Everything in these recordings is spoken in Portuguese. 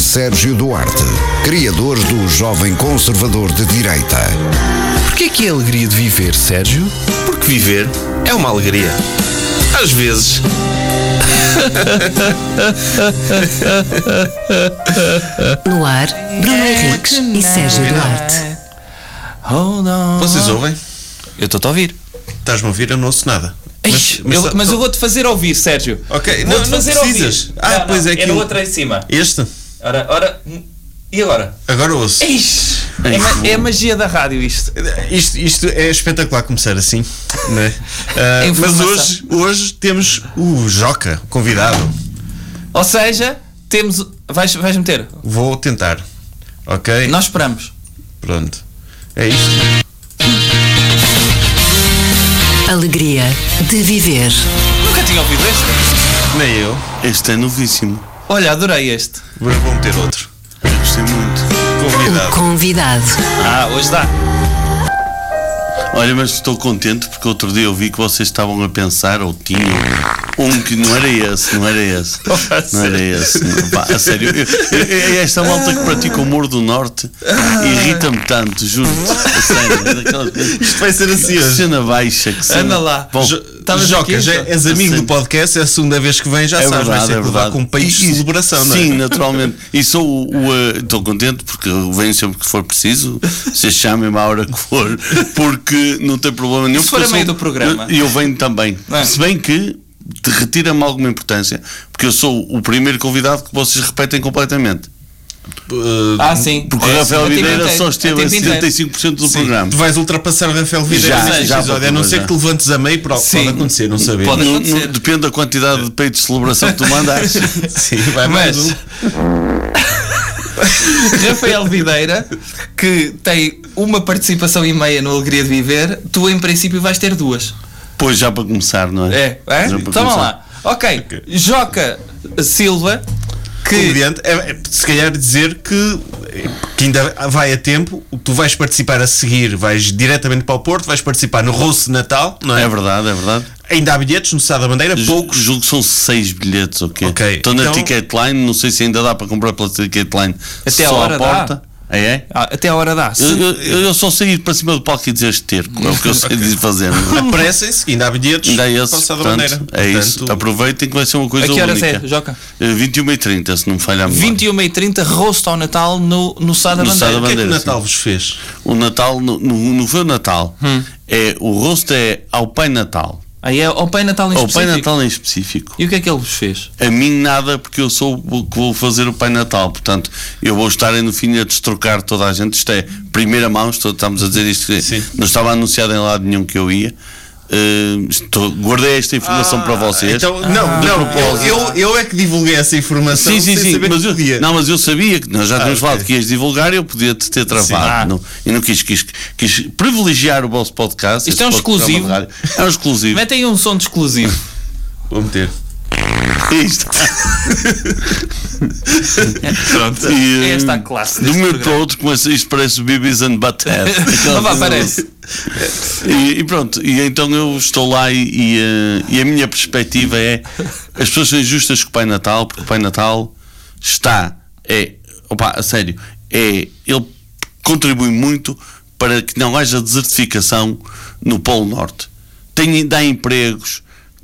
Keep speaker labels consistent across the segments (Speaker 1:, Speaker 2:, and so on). Speaker 1: Sérgio Duarte, criadores do Jovem Conservador de Direita.
Speaker 2: Porquê que é a alegria de viver, Sérgio?
Speaker 3: Porque viver é uma alegria. Às vezes.
Speaker 4: No ar, Bruno Henriques e Sérgio Duarte.
Speaker 2: Hold on.
Speaker 3: Vocês ouvem?
Speaker 2: Eu estou a ouvir.
Speaker 3: Ah. Estás-me a ouvir? Eu não ouço nada.
Speaker 2: Mas, eu, mas eu vou-te fazer ouvir, Sérgio.
Speaker 3: Ok, não,
Speaker 2: Vou-te
Speaker 3: não
Speaker 2: fazer
Speaker 3: precisas.
Speaker 2: ouvir.
Speaker 3: Ah,
Speaker 2: Não,
Speaker 3: pois
Speaker 2: não,
Speaker 3: é que.
Speaker 2: Era
Speaker 3: eu-
Speaker 2: outra em cima.
Speaker 3: Este?
Speaker 2: Ora, ora. hum, E agora?
Speaker 3: Agora ouço.
Speaker 2: Ixi, é, ma- é a magia da rádio isto.
Speaker 3: Isto, isto é espetacular começar assim, não é? Ah, mas
Speaker 2: Informação.
Speaker 3: hoje, hoje temos o Joca convidado.
Speaker 2: Ou seja, temos. Vais, vais meter.
Speaker 3: Vou tentar. Ok?
Speaker 2: Nós esperamos.
Speaker 3: Pronto. É isto.
Speaker 4: Alegria de viver.
Speaker 2: Nunca tinha ouvido este.
Speaker 3: Nem eu.
Speaker 5: Este é novíssimo.
Speaker 2: Olha, adorei este.
Speaker 3: Mas vou meter outro.
Speaker 5: Eu gostei muito.
Speaker 4: O
Speaker 3: Convidado.
Speaker 4: convidado.
Speaker 2: Ah, hoje dá.
Speaker 5: Olha, mas estou contente porque outro dia eu vi que vocês estavam a pensar, ou tinham, um que não era esse, não era esse. Não era esse. não. Pá, a sério. eu- eu- eu- esta malta que pratica o humor do Norte irrita-me tanto, juro-te. A sério. é daquelas coisas-
Speaker 3: Isto vai ser assim
Speaker 5: Que
Speaker 3: hoje.
Speaker 5: cena baixa. Que cena...
Speaker 2: Anda lá.
Speaker 5: Bom,
Speaker 3: Jo-
Speaker 2: estavas
Speaker 3: Joca,
Speaker 2: aqui,
Speaker 3: já
Speaker 2: então?
Speaker 3: és amigo
Speaker 5: Sim.
Speaker 3: do podcast, é a segunda vez que vem, já
Speaker 5: é
Speaker 3: sabes, vais
Speaker 5: verdade,
Speaker 3: ter
Speaker 5: é
Speaker 3: que levar
Speaker 5: verdade.
Speaker 2: um
Speaker 3: com peitos de
Speaker 5: E- e-
Speaker 3: celebração, não é?
Speaker 5: Sim, naturalmente. E sou o. o, eh, Estou contente porque venho sempre que for preciso. Vocês chamem-me à hora que for, porque não tem problema nenhum.
Speaker 2: se for
Speaker 5: porque
Speaker 2: a
Speaker 5: eu
Speaker 2: meio
Speaker 5: sou-
Speaker 2: do programa?
Speaker 5: Eu, eu venho também.
Speaker 2: Não é?
Speaker 5: Se bem que te retira-me alguma importância, porque eu sou o primeiro convidado que vocês repetem completamente.
Speaker 3: Uh,
Speaker 2: Ah, sim.
Speaker 5: Porque o
Speaker 2: É,
Speaker 5: Rafael
Speaker 2: a tempo
Speaker 5: Videira
Speaker 2: inteiro,
Speaker 5: só esteve a
Speaker 2: tempo inteiro.
Speaker 5: 75% do
Speaker 3: sim,
Speaker 5: programa.
Speaker 3: Tu vais ultrapassar Rafael Videira
Speaker 5: Já,
Speaker 3: neste
Speaker 5: já,
Speaker 3: episódio, a não ser
Speaker 5: já.
Speaker 3: que te levantes a meio, pro-
Speaker 2: Sim.
Speaker 3: pode acontecer, não sabemos.
Speaker 2: Pode
Speaker 5: Não-
Speaker 2: acontecer.
Speaker 5: não- depende da quantidade de peito de celebração que tu mandares.
Speaker 3: Sim, vai mais
Speaker 2: Mas-
Speaker 3: um.
Speaker 2: Rafael Videira, que tem uma participação e meia no Alegria de Viver, tu em princípio vais ter duas.
Speaker 5: Pois já para começar, não é?
Speaker 2: É, é?
Speaker 5: Já para
Speaker 2: Toma
Speaker 5: começar.
Speaker 2: lá. Ok, Joca Silva, que.
Speaker 3: Comediante, é, é, se calhar dizer que, é, que ainda vai a tempo, tu vais participar a seguir, vais diretamente para o Porto, vais participar no Rosso de Natal, não é?
Speaker 5: É verdade, é verdade.
Speaker 3: Ainda há bilhetes no Sá da Bandeira, pouco.
Speaker 5: Poucos, julgo que são seis bilhetes, ok?
Speaker 3: Ok,
Speaker 5: Estão na
Speaker 3: então-
Speaker 5: Ticketline, não sei se ainda dá para comprar pela Ticketline.
Speaker 2: Até a
Speaker 5: só
Speaker 2: hora
Speaker 5: à
Speaker 2: dá.
Speaker 5: porta. É, é?
Speaker 2: Ah, até a hora dá.
Speaker 5: Eu, eu- eu só sei ir para cima do palco e dizer esterco, é o que eu sei dizer fazer. é?
Speaker 3: Apressem-se, ainda há bilhetes
Speaker 5: Ainda é
Speaker 3: para o
Speaker 5: esse,
Speaker 3: Sá da
Speaker 5: portanto,
Speaker 3: Bandeira.
Speaker 5: é isso.
Speaker 3: Portanto,
Speaker 5: Aproveitem que vai ser uma coisa
Speaker 2: A que horas
Speaker 5: única.
Speaker 2: é, Joca?
Speaker 5: Eh, 21h30, se não me falha a memória.
Speaker 2: 21h30, rosto ao Natal no, no Sá da
Speaker 5: No
Speaker 3: O que
Speaker 2: Bandeira.
Speaker 5: Sá da
Speaker 3: é que o
Speaker 5: Bandeira,
Speaker 3: Natal vos fez?
Speaker 5: O Natal, no- no- não foi o Natal.
Speaker 2: Hum.
Speaker 5: É, o rosto é ao Pai Natal.
Speaker 2: Aí é ao Pai Natal em
Speaker 5: Ao Pai
Speaker 2: específico.
Speaker 5: Natal em específico.
Speaker 2: E o que é que ele vos fez?
Speaker 5: A mim nada, porque eu sou o que vou fazer o Pai Natal. Portanto, eu vou estar aí no fim a destrocar toda a gente. Isto é primeira mão, estou, estamos a dizer isto. que
Speaker 3: Sim.
Speaker 5: Não estava anunciado em lado nenhum que eu ia. Eh, estou- guardei esta informação para vocês. Ah,
Speaker 3: Então, não, não, eu, eu, eu é que divulguei essa informação
Speaker 5: Sim, sim,
Speaker 3: sem
Speaker 5: sim,
Speaker 3: saber
Speaker 5: mas
Speaker 3: é que
Speaker 5: eu,
Speaker 3: podia.
Speaker 5: não, mas eu sabia que nós já tínhamos
Speaker 3: ok.
Speaker 5: falado que ias divulgar e eu podia te ter travado.
Speaker 2: Ah.
Speaker 5: Não, e não quis, quis, quis privilegiar o vosso podcast.
Speaker 2: Isto é um
Speaker 5: este programa
Speaker 2: exclusivo.
Speaker 5: de rádio. É um exclusivo.
Speaker 2: Metem aí um som de exclusivo.
Speaker 3: Vou meter.
Speaker 5: É Isto.
Speaker 2: Pronto.
Speaker 5: E,
Speaker 2: É esta a
Speaker 5: hum,
Speaker 2: classe.
Speaker 5: De um
Speaker 2: deste
Speaker 5: momento para
Speaker 2: programa.
Speaker 5: outro, começa, isto parece o Bibis and Butthead.
Speaker 2: Ah, vá, parece.
Speaker 5: E, e pronto, e então eu estou lá e, e, eh, e a minha perspectiva é as pessoas são injustas com o Pai Natal, porque o Pai Natal está, é, opa, a sério, é, ele contribui muito para que não haja desertificação no Polo Norte. Tem, dá empregos,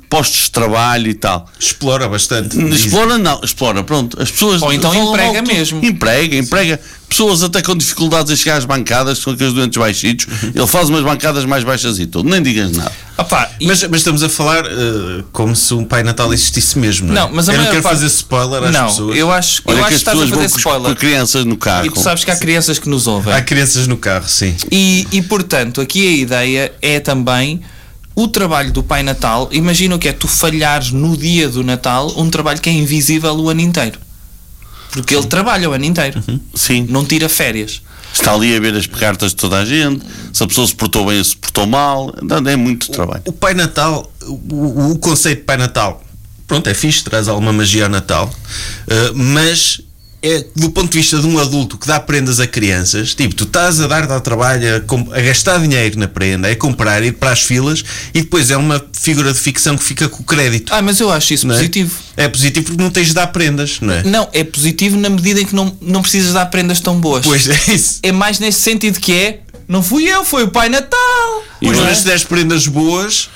Speaker 5: postos de trabalho e tal.
Speaker 3: Explora bastante.
Speaker 5: Explora não, explora, pronto. As pessoas
Speaker 2: Ou então
Speaker 5: rolam
Speaker 2: emprega
Speaker 5: logo tudo.
Speaker 2: mesmo.
Speaker 5: Emprega, emprega. Pessoas até com dificuldades a chegar às bancadas, com aqueles doentes baixos.
Speaker 2: Uhum.
Speaker 5: Ele faz umas bancadas mais baixas e tudo. Nem digas nada.
Speaker 2: Opa, e-
Speaker 3: Mas, mas estamos a falar eh, como se um Pai Natal existisse mesmo. Não, é?
Speaker 2: Não, mas a
Speaker 3: eu não
Speaker 2: maior
Speaker 3: quero
Speaker 2: parte-
Speaker 3: fazer spoiler às
Speaker 2: não,
Speaker 3: pessoas.
Speaker 2: eu acho,
Speaker 5: Olha
Speaker 2: eu
Speaker 5: que
Speaker 2: acho que
Speaker 5: as
Speaker 2: estás a
Speaker 5: pessoas vão
Speaker 2: fazer
Speaker 5: com, com
Speaker 2: spoiler.
Speaker 5: crianças no
Speaker 3: Ah,
Speaker 5: carro.
Speaker 2: E tu sabes que há crianças que nos ouvem.
Speaker 3: Há crianças no carro, sim.
Speaker 2: E, e, portanto, aqui a ideia é também o trabalho do Pai Natal. Imagina o que é tu falhares no dia do Natal um trabalho que é invisível o ano inteiro. Porque ele trabalha o ano inteiro,
Speaker 3: Uhum.
Speaker 5: Sim.
Speaker 2: não tira férias.
Speaker 5: Está ali a ver as cartas de toda a gente. Se a pessoa se portou bem ou se portou mal. Não, é muito trabalho.
Speaker 3: O Pai Natal, o, o conceito de Pai Natal, pronto, é fixe, traz alguma magia ao Natal, eh, mas é do ponto de vista de um adulto que dá prendas a crianças, tipo, tu estás a dar-te ao trabalho, a, com- a gastar dinheiro na prenda, a comprar, ir para as filas e depois é uma figura de ficção que fica com o crédito.
Speaker 2: Ah, mas eu acho isso
Speaker 3: não é?
Speaker 2: positivo.
Speaker 3: É positivo porque não tens de dar prendas, não é?
Speaker 2: Não, é positivo na medida em que não, não precisas dar prendas tão boas.
Speaker 3: Pois é isso.
Speaker 2: É mais nesse sentido que é. Não fui eu, foi o Pai Natal.
Speaker 3: Pois
Speaker 5: não é?
Speaker 3: mas se deres prendas boas,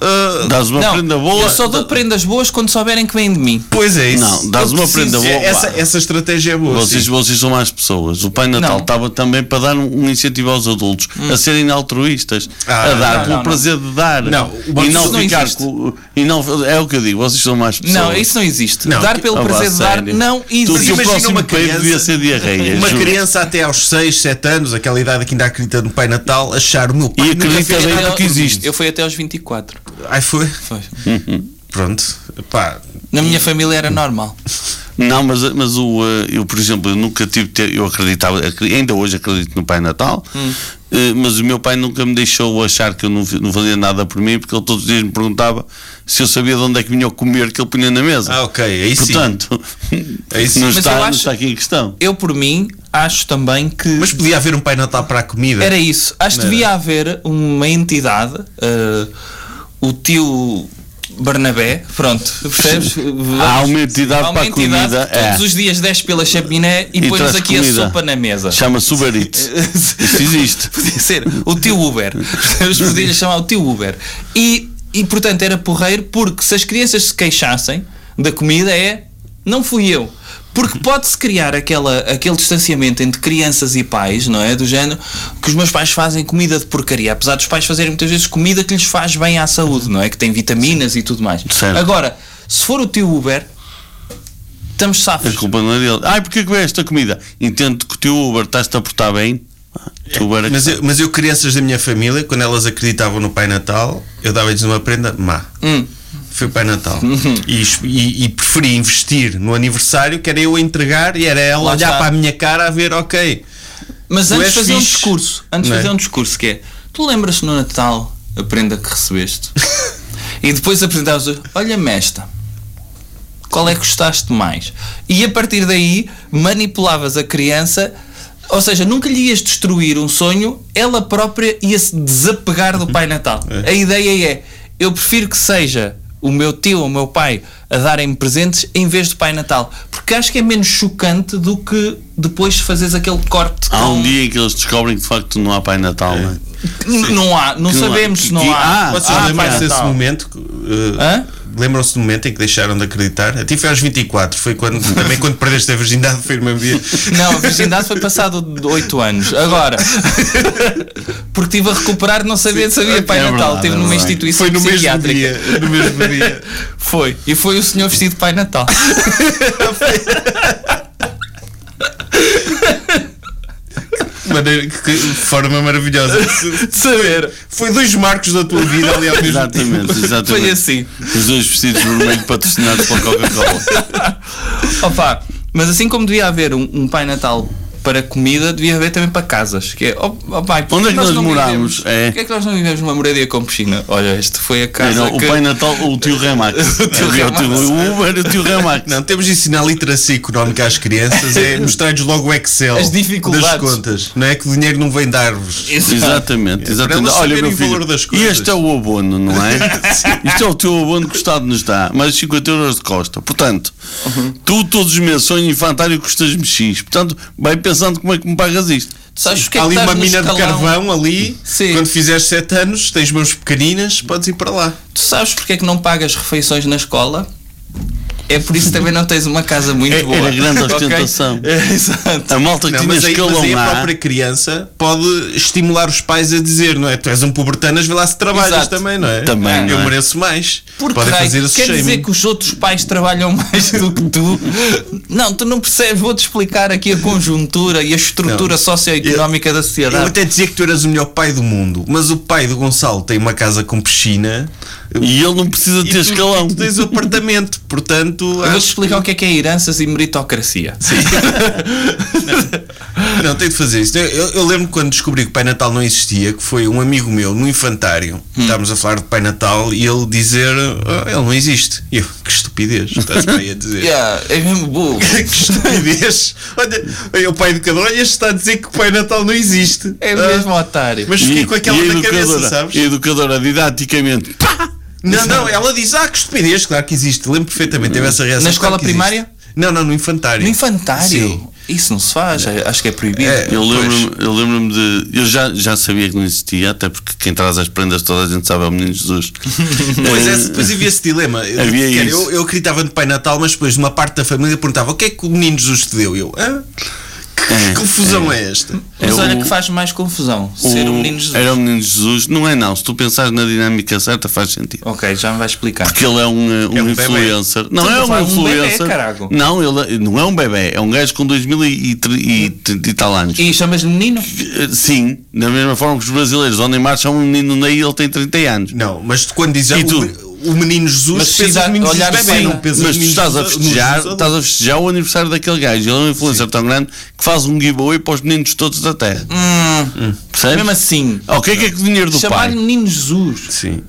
Speaker 3: ah,
Speaker 5: Dás uma
Speaker 2: Não,
Speaker 5: prenda boa.
Speaker 2: eu só dou prendas boas quando souberem que vêm de mim.
Speaker 3: pois é isso.
Speaker 5: Não, dás
Speaker 3: Eu
Speaker 5: uma
Speaker 3: preciso-
Speaker 5: prenda boa,
Speaker 3: é- Essa,
Speaker 5: vá.
Speaker 3: essa estratégia é boa.
Speaker 5: Vocês,
Speaker 3: sim.
Speaker 5: vocês são mais pessoas. O Pai Natal
Speaker 2: Não.
Speaker 5: estava também para dar um, um incentivo aos adultos a serem altruístas,
Speaker 3: Ah,
Speaker 5: a dar
Speaker 2: não,
Speaker 5: pelo
Speaker 2: não,
Speaker 5: prazer de dar
Speaker 3: Não, o Banco
Speaker 5: e não
Speaker 2: Isso não
Speaker 5: ficar
Speaker 2: existe.
Speaker 5: com, e não é o que eu digo. Vocês são mais pessoas.
Speaker 2: Não, isso não existe.
Speaker 3: Não.
Speaker 2: Dar pelo
Speaker 5: Ah, vá,
Speaker 2: prazer de dar
Speaker 5: sério.
Speaker 2: não
Speaker 5: Tu,
Speaker 2: existe.
Speaker 5: o
Speaker 3: Imagina
Speaker 5: próximo
Speaker 3: uma
Speaker 5: uma
Speaker 3: criança-
Speaker 5: devia ser diarreia.
Speaker 3: Uma
Speaker 5: juro.
Speaker 3: criança até aos 6, 7 anos, aquela idade que ainda acredita no Pai Natal, achar o meu pai.
Speaker 5: E
Speaker 3: nunca
Speaker 5: acredita
Speaker 3: fez
Speaker 5: bem
Speaker 3: nada
Speaker 5: no que
Speaker 3: por mim."
Speaker 5: existe.
Speaker 2: Eu fui até aos 24.
Speaker 3: Ai, foi.
Speaker 2: Foi.
Speaker 3: Pronto. Pá,
Speaker 2: Na minha família era normal.
Speaker 5: Não, mas, mas o, eh, eu, por exemplo, eu nunca tive. te- Eu acreditava, acre- ainda hoje acredito no Pai Natal, eh, mas o meu pai nunca me deixou achar que eu não, fi- não fazia nada por mim, porque ele todos os dias me perguntava se eu sabia de onde é que vinha o comer que ele punha na mesa.
Speaker 3: Ah, ok, aí sim.
Speaker 5: Portanto,
Speaker 3: Aí sim.
Speaker 5: não,
Speaker 3: Mas
Speaker 5: está,
Speaker 2: eu
Speaker 5: não
Speaker 2: acho-
Speaker 5: está aqui em questão.
Speaker 2: Eu, por mim, acho também que.
Speaker 3: Mas podia haver um Pai Natal para a comida.
Speaker 2: Era isso. Acho que
Speaker 3: Não era.
Speaker 2: devia haver uma entidade, eh, o tio Bernabé, pronto, percebes?
Speaker 5: Há uma entidade
Speaker 2: Há uma
Speaker 5: para a
Speaker 2: entidade
Speaker 5: comida,
Speaker 2: que todos
Speaker 5: é.
Speaker 2: os dias desce pela chaminé e,
Speaker 5: E
Speaker 2: põe-nos
Speaker 5: traz
Speaker 2: aqui
Speaker 5: comida.
Speaker 2: a sopa na mesa. Eh,
Speaker 5: Chama-se Uber Eats. Isso existe.
Speaker 2: Podia ser o tio Uber. Percebes? Podia chamar o tio Uber. E, e portanto era porreiro porque se as crianças se queixassem da comida é não fui eu. Porque pode-se criar aquela, aquele distanciamento entre crianças e pais, não é? Do género que os meus pais fazem comida de porcaria. Apesar dos pais fazerem muitas vezes comida que lhes faz bem à saúde, não é? Que tem vitaminas e tudo mais.
Speaker 5: Certo.
Speaker 2: Agora, se for o tio Uber, estamos
Speaker 5: A
Speaker 2: safos.
Speaker 5: culpa não é dele. Ai, porque é que vem esta comida? Entendo que o teu Uber estás-te a portar bem. Ah, tu Uber é que
Speaker 3: Mas
Speaker 5: está.
Speaker 3: eu, mas eu, crianças da minha família, quando elas acreditavam no Pai Natal, eu dava-lhes uma prenda má.
Speaker 2: Hum.
Speaker 3: Foi o Pai Natal. E, es- e, e preferi investir no aniversário, que era eu a entregar e era ela
Speaker 2: Lá
Speaker 3: olhar
Speaker 2: está.
Speaker 3: para a minha cara a ver, ok.
Speaker 2: Mas
Speaker 3: Tu
Speaker 2: antes
Speaker 3: és
Speaker 2: fazer um
Speaker 3: fixe,
Speaker 2: discurso, antes
Speaker 3: não é?
Speaker 2: fazer um discurso que é tu lembras-te no Natal a prenda que recebeste e depois apresentavas olha-me esta qual é que gostaste mais e a partir daí manipulavas a criança ou seja, nunca lhe ias destruir um sonho, ela própria ia se desapegar do Pai Natal.
Speaker 3: Uhum.
Speaker 2: A ideia é: eu prefiro que seja o meu tio ou o meu pai a darem-me presentes em vez do Pai Natal. Porque acho que é menos chocante do que depois fazeres aquele corte
Speaker 5: Há um
Speaker 2: com-
Speaker 5: dia em que eles descobrem que de facto não há Pai Natal, não é?
Speaker 2: N- Não há, não
Speaker 5: Que não há.
Speaker 2: sabemos se
Speaker 5: Que-
Speaker 2: não
Speaker 5: que-
Speaker 2: há.
Speaker 5: ah,
Speaker 3: Vocês
Speaker 5: ah,
Speaker 2: Pai
Speaker 3: lembram-se desse
Speaker 2: Natal.
Speaker 3: momento? que, eh,
Speaker 2: Hã?
Speaker 3: Lembram-se do momento em que deixaram de acreditar? Eu tive aos 24, foi quando, também quando perdeste a virgindade, foi no mesmo dia.
Speaker 2: Não, a virgindade foi passado de 8 anos. Agora, porque estive a recuperar, não sabia, sabia Pai
Speaker 5: É
Speaker 2: Natal.
Speaker 5: verdade,
Speaker 2: Estive
Speaker 5: é
Speaker 2: numa
Speaker 5: verdade.
Speaker 3: Foi
Speaker 2: instituição
Speaker 3: no mesmo
Speaker 2: psiquiátrica.
Speaker 3: dia. No mesmo dia.
Speaker 2: Foi, e foi o senhor vestido de Pai Natal.
Speaker 3: Maneira, que, que forma maravilhosa.
Speaker 2: De saber,
Speaker 3: Foi dois marcos da tua vida ali ao mesmo
Speaker 5: Exatamente, exatamente.
Speaker 2: foi assim.
Speaker 5: Os dois vestidos vermelhos patrocinados pela Coca-Cola.
Speaker 2: Opa, mas assim como devia haver um, um Pai Natal para comida, devia haver também para casas. Que é, oh, oh, pai,
Speaker 5: Onde é que nós
Speaker 2: não
Speaker 5: moramos?
Speaker 2: vivemos-
Speaker 5: É.
Speaker 2: Porquê é que nós não vivemos numa moradia com piscina? Olha, este foi a casa
Speaker 3: é
Speaker 5: Não,
Speaker 2: que...
Speaker 5: O Pai Natal, o tio Remax. É, o
Speaker 2: tio Remax.
Speaker 5: O Uber e o tio Remax.
Speaker 3: Não, temos de ensinar literacia económica às crianças, é mostrar-lhes logo o Excel
Speaker 2: As dificuldades.
Speaker 3: das contas. Não é que o dinheiro não vem dar-vos.
Speaker 5: Exatamente,
Speaker 3: É. para
Speaker 5: exatamente.
Speaker 3: eles
Speaker 5: Olha,
Speaker 3: saberem
Speaker 5: meu
Speaker 3: o
Speaker 5: filho,
Speaker 3: valor das
Speaker 5: e
Speaker 3: coisas.
Speaker 5: este é o abono, não é? Isto é o teu abono que o Estado nos dá, mais 50 euros de costa. Portanto, tu todos os meses sonho infantário custas-me X. Portanto, vai pensando como é que me pagas isto.
Speaker 2: Sabes porque
Speaker 3: Há
Speaker 2: é que
Speaker 3: ali
Speaker 2: estás
Speaker 3: uma
Speaker 2: no
Speaker 3: mina de
Speaker 2: escalão?
Speaker 3: carvão ali.
Speaker 2: Sim.
Speaker 3: Quando fizeres 7 anos, tens mãos pequeninas, podes ir para lá.
Speaker 2: Tu sabes porque é que não pagas refeições na escola? É por isso que também não tens uma casa muito
Speaker 5: É-
Speaker 2: boa.
Speaker 5: era grande
Speaker 2: ok?
Speaker 5: ostentação.
Speaker 2: É, exato.
Speaker 5: A malta que
Speaker 3: Não,
Speaker 5: tinha
Speaker 3: mas, aí, mas
Speaker 5: escalão
Speaker 3: aí é a
Speaker 5: lá.
Speaker 3: própria criança pode estimular os pais a dizer, não é? Tu és um pobretanas, vê lá se trabalhas
Speaker 2: Exato.
Speaker 3: também, não é?
Speaker 5: Também,
Speaker 3: Eu
Speaker 5: não é?
Speaker 3: mereço mais.
Speaker 2: Porque
Speaker 3: Podem
Speaker 2: ai,
Speaker 3: fazer esse
Speaker 2: quer dizer
Speaker 3: shaming.
Speaker 2: que os outros pais trabalham mais do que tu? Não, tu não percebes. Vou-te explicar aqui a conjuntura e a estrutura
Speaker 3: Não.
Speaker 2: socioeconómica da
Speaker 3: Eu
Speaker 2: sociedade.
Speaker 3: até dizia que tu eras o melhor pai do mundo, mas o pai do Gonçalo tem uma casa com piscina
Speaker 5: E ele não precisa ter
Speaker 3: tu-
Speaker 5: escalão.
Speaker 3: Tu tens um o apartamento, portanto.
Speaker 2: ah. Eu vou-te
Speaker 3: acho-
Speaker 2: explicar o que é que é heranças e meritocracia.
Speaker 3: Não, não, tenho de fazer isso. Eu, eu lembro quando descobri que o Pai Natal não existia, que foi um amigo meu no infantário, estávamos a falar de Pai Natal e ele dizer "Ah, ele não existe. E eu, que estupidez, estás bem a dizer.
Speaker 2: Yeah, é mesmo burro.
Speaker 3: Que estupidez! Olha, olha, o pai educador, olha, este está a dizer que o Pai Natal não existe.
Speaker 2: É
Speaker 3: Ah,
Speaker 2: mesmo otário.
Speaker 3: Mas fiquei com aquela na cabeça,
Speaker 5: educadora,
Speaker 3: sabes?
Speaker 5: a educadora didaticamente. Pá!
Speaker 3: Não, não, ela diz, ah, que estupidez, claro que existe. Lembro perfeitamente, teve essa reação.
Speaker 2: Na escola
Speaker 3: claro que existe.
Speaker 2: primária?
Speaker 3: Não, não, no infantário.
Speaker 2: No infantário?
Speaker 3: Sim.
Speaker 2: Isso não se faz, acho que é proibido.
Speaker 3: É.
Speaker 5: Eu lembro-me eu lembro-me de. Eu já, já sabia que não existia, até porque quem traz as prendas toda a gente sabe é o menino Jesus.
Speaker 3: Pois,
Speaker 5: Eh,
Speaker 3: é, depois havia esse dilema. Eu-
Speaker 5: Havia
Speaker 3: quer,
Speaker 5: isso.
Speaker 3: Eu, eu acreditava no Pai Natal, mas depois uma parte da família perguntava o que é que o menino Jesus te deu? E Eu, hã? Que, que
Speaker 5: É,
Speaker 3: confusão é, esta?
Speaker 2: Mas
Speaker 5: é
Speaker 2: olha
Speaker 5: o-
Speaker 2: que faz mais confusão. Ser
Speaker 3: um
Speaker 2: o menino Jesus.
Speaker 5: Era o menino Jesus. Não é não. Se tu pensares na dinâmica certa, faz sentido.
Speaker 2: Ok, já me vai explicar.
Speaker 5: Porque ele é um, eh, um,
Speaker 3: É um Então bebé.
Speaker 5: influencer. Não
Speaker 2: Estamos
Speaker 5: é
Speaker 2: a falar
Speaker 5: um
Speaker 2: de um bebé,
Speaker 5: influencer.
Speaker 2: carago.
Speaker 5: não, ele é- não é um bebê. É um gajo com 2000 e, e, e, e tal anos.
Speaker 2: E chamas-lhe menino?
Speaker 5: Eh, Sim, da mesma forma que os brasileiros. O Neymar chama um menino Ney e ele tem 30 anos.
Speaker 3: Não, mas tu quando dizes
Speaker 5: E
Speaker 3: ah,
Speaker 5: tu?
Speaker 3: o, o menino Jesus,
Speaker 2: Mas se
Speaker 3: pensa
Speaker 2: dá-
Speaker 3: no menino Jesus
Speaker 2: olhar
Speaker 3: bebê,
Speaker 2: assim,
Speaker 3: não
Speaker 2: né?
Speaker 5: Mas
Speaker 3: pensas no
Speaker 5: tu
Speaker 3: menino
Speaker 5: estás a
Speaker 3: Jesus- no
Speaker 5: festejar,
Speaker 3: Jesus
Speaker 5: estás a festejar o aniversário daquele gajo. Ele é um influencer tão grande que faz um giveaway para os meninos todos da terra.
Speaker 3: Hum,
Speaker 5: Percebes?
Speaker 2: Hum, Mesmo assim.
Speaker 5: Ah, O que é que é que o dinheiro do
Speaker 2: Chamar-lhe
Speaker 5: pai?
Speaker 2: menino Jesus.
Speaker 3: Sim.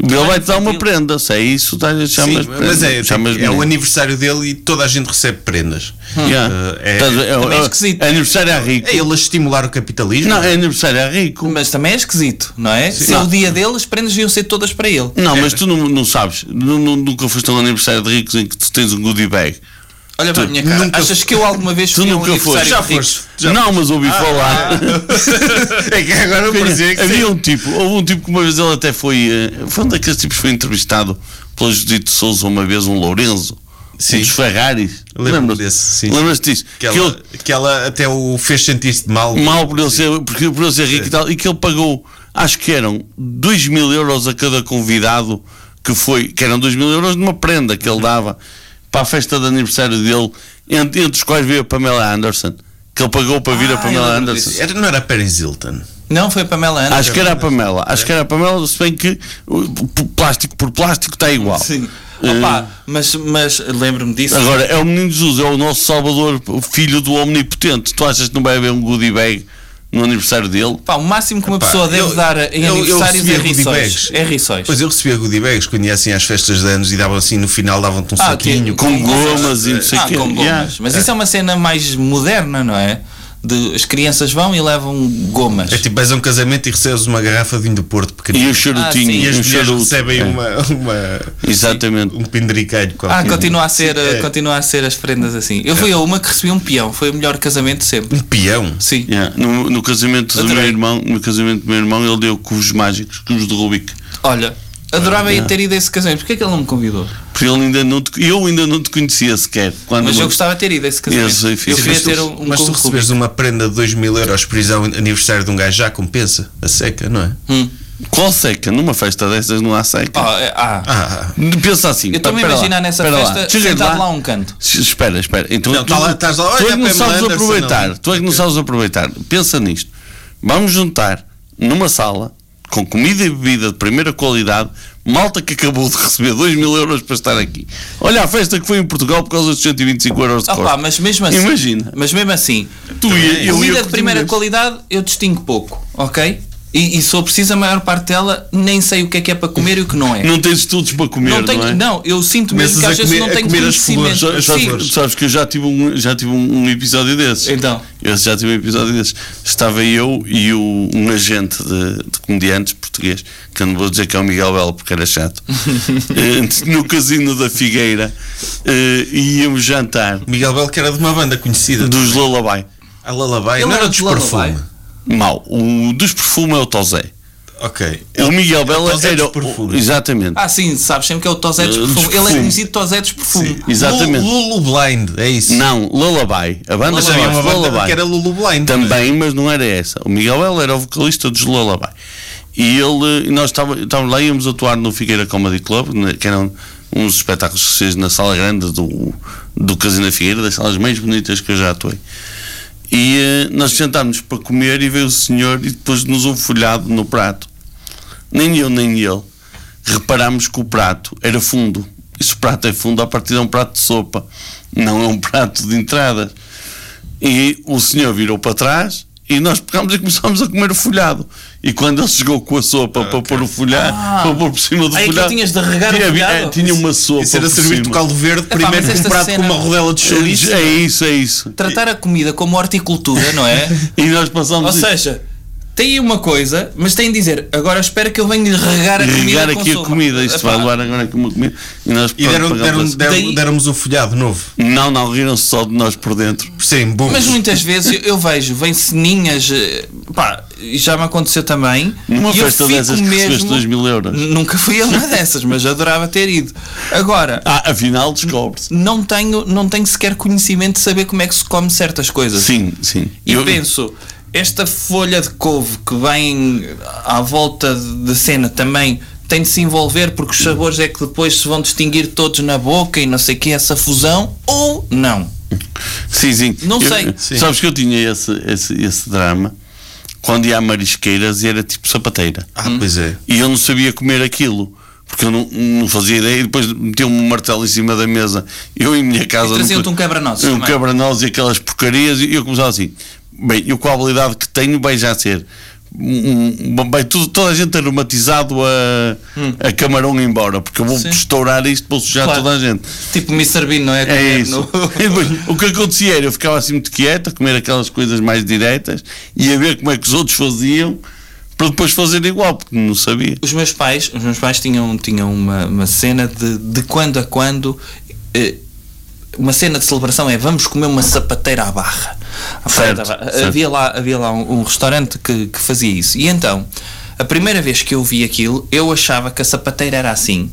Speaker 5: Ele vai te dar uma prenda, se é isso, dá-lhe-
Speaker 3: Sim,
Speaker 5: chamas
Speaker 3: mas é,
Speaker 5: chamas
Speaker 3: é o
Speaker 5: menino.
Speaker 3: aniversário dele e toda a gente recebe prendas.
Speaker 5: Hum. Yeah.
Speaker 3: Uh, é-
Speaker 5: Estás a- é,
Speaker 2: também é
Speaker 5: é-
Speaker 2: esquisito.
Speaker 5: é aniversário a rico.
Speaker 3: É ele a estimular o capitalismo?
Speaker 5: Não, é aniversário a rico.
Speaker 2: Mas também é esquisito, não é? Se é o
Speaker 5: Não.
Speaker 2: dia dele, as prendas deviam ser todas para ele.
Speaker 5: Não,
Speaker 3: é.
Speaker 5: mas tu não, não sabes. Nu- nu- Nunca foste a um aniversário de ricos em que tu tens um goodie bag.
Speaker 2: Olha para a minha cara.
Speaker 3: nunca-
Speaker 2: Achas que eu alguma vez
Speaker 5: Tu
Speaker 2: fui a um
Speaker 5: nunca foste.
Speaker 2: aniversário de ricos?
Speaker 5: não, mas ouvi falar.
Speaker 3: é que agora
Speaker 5: Tinha-
Speaker 3: Ah, parecia que
Speaker 5: havia
Speaker 3: sim.
Speaker 5: um tipo, houve um tipo que uma vez ele até foi. eh, Foi um daqueles tipos que foi entrevistado pela Judite Souza uma vez, um Lourenço.
Speaker 3: Sim.
Speaker 5: Um dos Ferraris.
Speaker 3: Lembro-me
Speaker 5: Lembras-te?
Speaker 3: desse, sim.
Speaker 5: Lembras-te disso?
Speaker 3: Que
Speaker 5: Que
Speaker 3: ela,
Speaker 5: ele-
Speaker 3: que ela até o fez sentir-se mal.
Speaker 5: mal por ele, ser, porque, por ele ser rico e tal, e que ele pagou, acho que eram 2 mil euros a cada convidado que foi, que eram 2 mil euros de uma prenda que ele dava para a festa de aniversário dele, entre, entre os quais veio a Pamela Anderson, que ele pagou para vir
Speaker 2: Ah,
Speaker 5: a Pamela
Speaker 2: eu lembro
Speaker 5: Anderson.
Speaker 3: Era, não era Paris Hilton.
Speaker 2: Não, foi a Pamela Anderson. é.
Speaker 5: Acho que era a Pamela, acho que era a Pamela, se bem que uh, p- plástico por plástico está igual.
Speaker 2: Sim.
Speaker 5: Eh,
Speaker 2: Opa, mas, mas lembro-me disso.
Speaker 5: Agora, é o menino Jesus, é o nosso Salvador, o filho do Omnipotente. Tu achas que não vai haver um goodie bag no aniversário dele?
Speaker 2: Pá, o máximo que uma
Speaker 3: Pá,
Speaker 2: pessoa deve
Speaker 3: eu-
Speaker 2: dar em
Speaker 3: eu- eu
Speaker 2: aniversários é
Speaker 3: recebia goodie
Speaker 2: rissóis.
Speaker 3: bags.
Speaker 2: É rissóis.
Speaker 3: Pois eu recebia goodie bags quando ia assim às festas de anos e davam assim no final davam-te um
Speaker 2: Ah,
Speaker 3: saquinho.
Speaker 2: ok.
Speaker 5: com gomas e não sei o
Speaker 2: ah,
Speaker 5: quê.
Speaker 2: com gomas.
Speaker 5: Yeah.
Speaker 2: Mas isso é uma cena mais moderna, não é? De, as crianças vão e levam gomas.
Speaker 3: É tipo, vais a um casamento e recebes uma garrafa de vinho do Porto
Speaker 5: E
Speaker 3: pequenino.
Speaker 5: o charutinho,
Speaker 2: Ah, sim.
Speaker 3: E
Speaker 5: um
Speaker 3: as mulheres
Speaker 5: charuto.
Speaker 3: recebem
Speaker 5: É,
Speaker 3: uma, uma-
Speaker 5: Exatamente.
Speaker 3: um pendricalho qualquer.
Speaker 2: ah, continua a, ser,
Speaker 3: Sim, é.
Speaker 2: continua a ser as prendas assim. Eu fui a uma que recebi um peão, foi o melhor casamento de sempre.
Speaker 3: Um peão.
Speaker 2: Sim.
Speaker 5: Yeah. No, no casamento do
Speaker 2: Outra
Speaker 5: meu
Speaker 2: vez.
Speaker 5: irmão, no casamento do meu irmão, ele deu cubos mágicos, cubos de Rubik.
Speaker 2: Olha, adorava ir ter ido a esse casamento. Porquê é que ele não me convidou?
Speaker 5: Porque ele ainda não te, eu ainda não te conhecia sequer. Quando
Speaker 2: Mas
Speaker 5: me-
Speaker 2: eu gostava de ter ido a esse casamento.
Speaker 5: Esse aí fiz.
Speaker 2: eu
Speaker 5: Sim,
Speaker 2: queria
Speaker 5: mas
Speaker 2: ter
Speaker 5: tu-
Speaker 2: um, um
Speaker 3: Mas tu
Speaker 2: cubo Rubik.
Speaker 3: recebes uma prenda de 2 mil euros por prisão aniversário de um gajo já compensa? A seca, não é?
Speaker 5: Qual seca? Numa festa dessas não há seca.
Speaker 2: Ah, é- ah.
Speaker 3: Ah,
Speaker 5: Pensa assim.
Speaker 2: Eu estou-me a
Speaker 5: pera lá,
Speaker 2: imaginar nessa
Speaker 5: pera
Speaker 2: festa
Speaker 5: Chega
Speaker 2: sentado lá a um canto.
Speaker 5: S- Espera, espera. Então,
Speaker 3: Não,
Speaker 5: tu,
Speaker 3: tá lá- estás lá,
Speaker 5: tu é
Speaker 3: olha,
Speaker 5: que não
Speaker 3: Pamela
Speaker 5: sabes
Speaker 3: Anderson,
Speaker 5: aproveitar.
Speaker 3: não.
Speaker 5: Tu é que não sabes aproveitar. Pensa nisto. Vamos juntar numa sala com comida e bebida de primeira qualidade. Malta que acabou de receber 2 mil euros para estar aqui. Olha a festa que foi em Portugal por causa dos 125 euros de
Speaker 2: Ah, pá,
Speaker 5: costa.
Speaker 2: mas mesmo assim.
Speaker 5: Imagina.
Speaker 2: Mas mesmo assim.
Speaker 5: Tu ia- eu ia
Speaker 2: comida de
Speaker 5: curtir
Speaker 2: primeira
Speaker 5: mesmo.
Speaker 2: qualidade eu distingo pouco, ok? E, e se eu preciso, a maior parte dela nem sei o que é que é para comer e o que não é.
Speaker 5: Não tens estudos para comer,
Speaker 2: não, tenho,
Speaker 5: é?
Speaker 2: não, eu sinto mesmo
Speaker 3: Começas
Speaker 2: que
Speaker 3: a
Speaker 2: às vezes
Speaker 3: comer-
Speaker 2: não
Speaker 3: a
Speaker 2: tenho
Speaker 3: comer as flores,
Speaker 2: conhecimento.
Speaker 5: Sabes,
Speaker 3: as
Speaker 2: Sim.
Speaker 3: flores.
Speaker 5: sabes- sabes que eu já tive um, já tive um, um episódio desses.
Speaker 2: Então.
Speaker 5: Eu já tive um episódio desses. Estava eu e o- um agente de, de comediantes português, que eu não vou dizer que é o Miguel Belo porque era chato, eh, no casino da Figueira eh, e íamos jantar
Speaker 3: Miguel Belo que era de uma banda conhecida.
Speaker 5: dos Lullaby.
Speaker 3: A Lalabai.
Speaker 2: Ele
Speaker 3: Não
Speaker 2: era
Speaker 3: era
Speaker 2: de
Speaker 3: dos
Speaker 2: Lullaby?
Speaker 3: perfume.
Speaker 5: Mal. O dos perfumes é o Tosé.
Speaker 3: Ok.
Speaker 2: É
Speaker 5: O Miguel Belo
Speaker 3: Tosé
Speaker 5: era.
Speaker 3: dos perfumes.
Speaker 5: o- Exatamente.
Speaker 2: Ah, sim, sabes sempre que é o Tosé dos
Speaker 5: Eh, dos
Speaker 2: Perfume. Ele é
Speaker 5: perfume.
Speaker 2: conhecido Tosé dos Perfume.
Speaker 5: Exatamente.
Speaker 3: Lulu Blind, é isso.
Speaker 5: Não, Lullaby. A banda
Speaker 3: Mas havia uma
Speaker 5: chamava-se
Speaker 3: banda
Speaker 5: Lullaby.
Speaker 3: que era é? Lulu Blind.
Speaker 5: Também, mas não era essa. O Miguel Belo era o vocalista dos Lullaby. E ele, e nós estava- estávamos lá, íamos atuar no Figueira Comedy Club, né, que eram uns espetáculos que se fez na sala grande do, do Casino da Figueira, das salas mais bonitas que eu já atuei. E eh, nós sentámos para comer e veio o senhor e depois nos um folhado no prato. Nem eu, nem ele. Reparámos que o prato era fundo. E se o prato é fundo, a partir é um prato de sopa. Não é um prato de entrada. E o senhor virou para trás e nós pegámos e começámos a comer o folhado. E quando ele chegou com a sopa para pôr o folhado, para pôr por cima do
Speaker 2: Ah, é que
Speaker 5: folhado.
Speaker 2: tinhas de regar o
Speaker 5: tinha,
Speaker 2: folhado?
Speaker 5: é, tinha uma sopa.
Speaker 3: Isso era
Speaker 5: por
Speaker 3: servir do
Speaker 5: cima.
Speaker 3: caldo verde, primeiro
Speaker 2: mas
Speaker 3: com um
Speaker 2: esta
Speaker 3: prato
Speaker 2: cena-
Speaker 3: com uma rodela de chouriço.
Speaker 5: É isso, é isso.
Speaker 2: Tratar a comida como horticultura, não é?
Speaker 5: E nós passámos
Speaker 2: Ou seja, tem aí uma coisa, mas tem de dizer, agora espero que eu venha regar a comida.
Speaker 5: regar
Speaker 2: com
Speaker 5: aqui a
Speaker 2: sopa.
Speaker 5: comida. Isto
Speaker 2: Epá,
Speaker 5: vai levar agora aqui uma comida. E, nós,
Speaker 3: E
Speaker 5: pronto,
Speaker 3: deram,
Speaker 5: pagámos
Speaker 3: deram,
Speaker 5: assim.
Speaker 3: deram-
Speaker 2: Daí-
Speaker 3: deram-nos o folhado novo,
Speaker 5: Não, não, riram-se só de nós por dentro.
Speaker 3: por serem burros.
Speaker 2: Mas muitas vezes eu- eu vejo, vem ceninhas, eh, pá, e já me aconteceu também.
Speaker 5: Numa
Speaker 2: e eu
Speaker 5: festa
Speaker 2: fico
Speaker 5: dessas que recebeste
Speaker 2: mesmo-
Speaker 5: 2.000 euros.
Speaker 2: Nunca fui a uma dessas, mas adorava ter ido. Agora,
Speaker 5: Ah, afinal descobre-se.
Speaker 2: não tenho, não tenho sequer conhecimento de saber como é que se come certas coisas.
Speaker 5: Sim, sim.
Speaker 2: E penso, esta folha de couve que vem à volta de- da cena também tem de se envolver porque os sabores é que depois se vão distinguir todos na boca e não sei o que, essa fusão, ou não.
Speaker 5: Sim, sim.
Speaker 2: Não
Speaker 5: Eu-
Speaker 2: sei.
Speaker 3: Sim.
Speaker 5: Sabes que eu tinha esse, esse, esse drama quando ia a marisqueiras e era tipo sapateira.
Speaker 3: Ah,
Speaker 2: Hum?
Speaker 3: pois é.
Speaker 5: E eu não sabia comer aquilo. Porque eu não, não fazia ideia e depois meteu-me um martelo em cima da mesa. Eu em minha casa.
Speaker 2: E traziam-te
Speaker 5: nunca-
Speaker 2: um quebra-nozes
Speaker 5: Um
Speaker 2: também.
Speaker 5: quebra-nozes e aquelas porcarias. E eu começava assim: bem, eu com a habilidade que tenho, vai já ser. um- um- Bem, tudo, toda a gente aromatizado a, a camarão embora, porque eu vou
Speaker 2: Hum. Sim.
Speaker 5: estourar isto, vou sujar
Speaker 2: Claro.
Speaker 5: toda a gente.
Speaker 2: Tipo Mr. Bean, não é?
Speaker 5: É
Speaker 2: Comer
Speaker 5: isso.
Speaker 2: no-
Speaker 5: E depois, o que acontecia era eu ficava assim muito quieto, a comer aquelas coisas mais diretas e a ver como é que os outros faziam para depois fazer igual, porque não sabia.
Speaker 2: Os meus pais, os meus pais tinham, tinham uma, uma cena de, de quando a quando. eh, uma cena de celebração é vamos comer uma sapateira à barra. À frente
Speaker 5: Certo,
Speaker 2: da barra.
Speaker 5: certo.
Speaker 2: Havia lá, havia lá um, um restaurante que, que fazia isso. E então, a primeira vez que eu vi aquilo, eu achava que a sapateira era assim.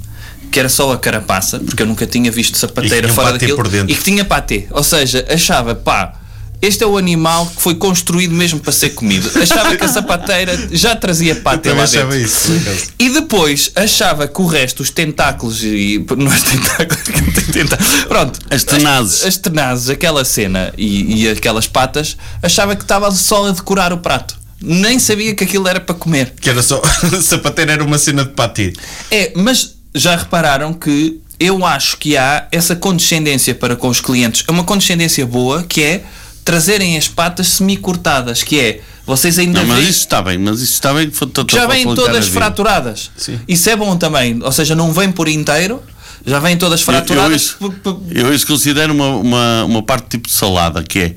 Speaker 2: Que era só a carapaça, porque eu nunca tinha visto
Speaker 3: E que
Speaker 2: sapateira
Speaker 3: tinha um
Speaker 2: fora
Speaker 3: patê
Speaker 2: daquilo.
Speaker 3: por dentro.
Speaker 2: E que tinha patê. Ou seja, achava, pá, este é o animal que foi construído mesmo para ser comido. Achava que a sapateira já trazia patê
Speaker 3: Também
Speaker 2: lá dentro.
Speaker 3: achava isso. por acaso.
Speaker 2: E depois achava que o resto, os tentáculos e. Não é os tentáculos, que não tem tentáculos. Pronto.
Speaker 5: As tenazes.
Speaker 2: As, as tenazes, aquela cena e, e aquelas patas, achava que estava só a decorar o prato. Nem sabia que aquilo era para comer.
Speaker 3: Que era só. Sapateiro era uma cena de pati.
Speaker 2: É, mas já repararam que eu acho que há essa condescendência para com os clientes. É uma condescendência boa que é trazerem as patas semi-cortadas, que é vocês ainda
Speaker 5: Não, mas
Speaker 2: veem-
Speaker 5: isso está bem, mas isso está bem. foi-
Speaker 2: que já vêm
Speaker 5: foi- foi-
Speaker 2: todas
Speaker 5: foi-
Speaker 2: fraturadas. Isso é bom também. Ou seja, não vem por inteiro, já vêm todas
Speaker 5: Eu- Eu,
Speaker 2: fraturadas.
Speaker 5: isso,
Speaker 2: P- p-
Speaker 5: eu isso considero uma, uma, uma parte tipo de salada, que é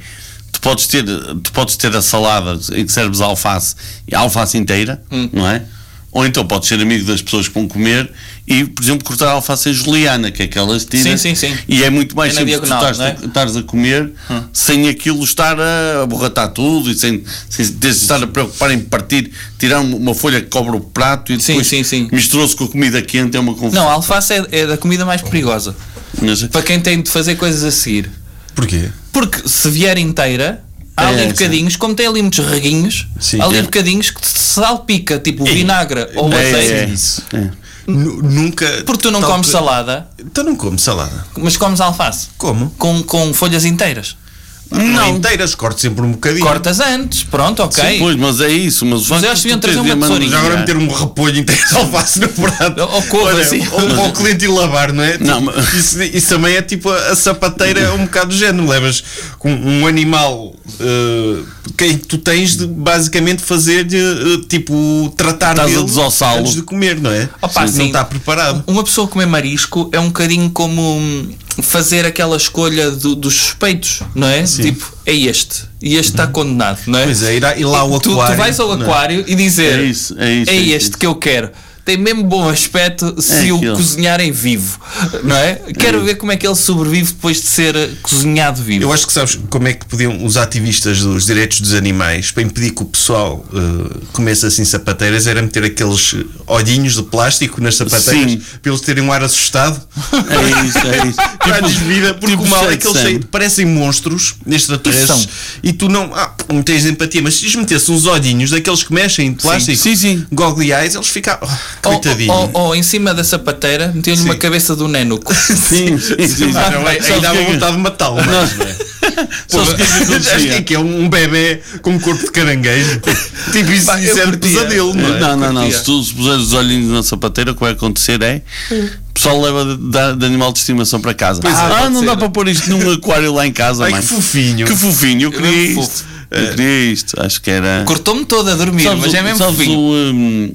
Speaker 5: tu podes ter, tu podes ter a salada em que serves alface e a alface inteira,
Speaker 2: Hum.
Speaker 5: não é? Ou então podes ser amigo das pessoas que vão comer e, por exemplo, cortar a alface em juliana, que é aquelas tiras.
Speaker 2: Sim, sim, sim.
Speaker 5: E é muito mais
Speaker 2: É na
Speaker 5: simples tu
Speaker 2: diagonal,
Speaker 5: estás,
Speaker 2: não é? Hum.
Speaker 5: estares a comer sem aquilo estar a borratar tudo e sem, sem teres de estar a preocupar em partir, tirar uma folha que cobre o prato e
Speaker 2: Sim,
Speaker 5: depois
Speaker 2: sim, sim.
Speaker 5: misturou-se com a comida quente, é uma confusão.
Speaker 2: Não, a alface é, é da comida mais perigosa.
Speaker 5: Mas-
Speaker 2: Para quem tem de fazer coisas a seguir.
Speaker 3: Porquê?
Speaker 2: Porque se vier inteira, há ali
Speaker 5: É, sim.
Speaker 2: bocadinhos, como tem ali muitos reguinhos,
Speaker 3: Sim.
Speaker 2: há ali
Speaker 5: É.
Speaker 2: bocadinhos que se salpica, tipo o vinagre ou o
Speaker 5: É,
Speaker 2: azeite.
Speaker 5: é,
Speaker 3: Isso.
Speaker 5: é.
Speaker 3: Nu- Nunca.
Speaker 2: Hum. Porque tu não
Speaker 3: tal
Speaker 2: comes
Speaker 3: que-
Speaker 2: salada,
Speaker 3: Tu não comes salada.
Speaker 2: mas comes alface.
Speaker 3: Como?
Speaker 2: Com, com folhas inteiras.
Speaker 3: Não. Inteiras, corto sempre um bocadinho.
Speaker 2: Cortas antes, pronto, ok.
Speaker 5: Sim, pois, mas é isso. Mas,
Speaker 2: Mas eu acho que deviam trazer uma tesourinha.
Speaker 3: Já agora meter um repolho inteiro de alface no prato.
Speaker 2: Ou couve,
Speaker 3: Olha,
Speaker 2: assim.
Speaker 3: Ou para o cliente ir lavar, não é? Tipo,
Speaker 5: Não, mas-
Speaker 3: isso, isso também é tipo a, a sapateira, é um bocado do género. Levas com um animal eh, que tu tens de basicamente fazer, de, eh, tipo, tratar
Speaker 5: Estás a
Speaker 3: dele
Speaker 5: desossá-lo.
Speaker 3: antes de comer, não é?
Speaker 2: Opa,
Speaker 3: Se
Speaker 2: sim. Um-
Speaker 3: não está preparado.
Speaker 2: Uma pessoa comer marisco é um bocadinho como hum, fazer aquela escolha do- dos suspeitos, não é? Tipo, é este. E este está condenado, não é?
Speaker 3: Uhum. Pois é, ir a- ir lá ao
Speaker 2: Tu- Tu,
Speaker 3: aquário,
Speaker 2: vais ao
Speaker 3: não é?
Speaker 2: aquário e dizer:
Speaker 5: É isso, é isso, é
Speaker 2: este
Speaker 5: isso.
Speaker 2: que eu quero. Tem mesmo bom aspecto se
Speaker 5: É
Speaker 2: o
Speaker 5: aquilo.
Speaker 2: cozinharem vivo, não é? Quero ver como é que ele sobrevive depois de ser eh, cozinhado vivo.
Speaker 3: Eu acho que sabes como é que podiam os ativistas dos direitos dos animais para impedir que o pessoal eh, comesse assim sapateiras era meter aqueles olhinhos de plástico nas sapateiras
Speaker 5: Sim.
Speaker 3: para eles terem um ar assustado
Speaker 5: É isso, é isso.
Speaker 3: para a desvida, porque
Speaker 5: tipo
Speaker 3: o mal é que
Speaker 5: Sexy
Speaker 3: eles têm-
Speaker 5: Sam.
Speaker 3: parecem monstros
Speaker 2: E
Speaker 3: extraterrestres
Speaker 2: são.
Speaker 3: e tu não, ah, não tens empatia, mas se lhes metesse uns olhinhos daqueles que mexem de plástico,
Speaker 5: sim, sim.
Speaker 3: goggly eyes, eles ficavam oh,
Speaker 2: Ou-
Speaker 3: coitadinho.
Speaker 2: ou, ou em cima da sapateira, metiam-lhe uma cabeça do nenuco.
Speaker 5: Sim, sim, sim.
Speaker 3: Ah, não,
Speaker 5: Sabes
Speaker 3: ainda dava
Speaker 5: que é que-
Speaker 3: vontade de matá-lo, mas,
Speaker 5: Nós,
Speaker 3: não é?
Speaker 5: Só se quis
Speaker 3: Acho que é
Speaker 5: acontecia.
Speaker 3: que é um bebê com um corpo de caranguejo. tipo, isso,
Speaker 2: Pá, eu
Speaker 3: isso é um
Speaker 2: curtia.
Speaker 3: pesadelo, não é?
Speaker 5: Não, não, não.
Speaker 2: Curtia.
Speaker 5: Se tu se puseres os olhinhos na sapateira, o que vai acontecer é. O pessoal leva de, da- de animal de estimação para casa.
Speaker 2: é,
Speaker 5: ah,
Speaker 2: pode
Speaker 5: não
Speaker 2: ser.
Speaker 5: dá para pôr isto num aquário lá em casa,
Speaker 3: Ai,
Speaker 5: mãe.
Speaker 3: que fofinho.
Speaker 5: Que fofinho, eu queria
Speaker 2: mesmo
Speaker 5: isto.
Speaker 2: fofo.
Speaker 5: Eu queria isto. Acho que era.
Speaker 2: Cortou-me todo a dormir,
Speaker 5: Sabes
Speaker 2: mas
Speaker 5: o-
Speaker 2: é mesmo
Speaker 5: sabes
Speaker 2: fofinho.
Speaker 5: o, hum,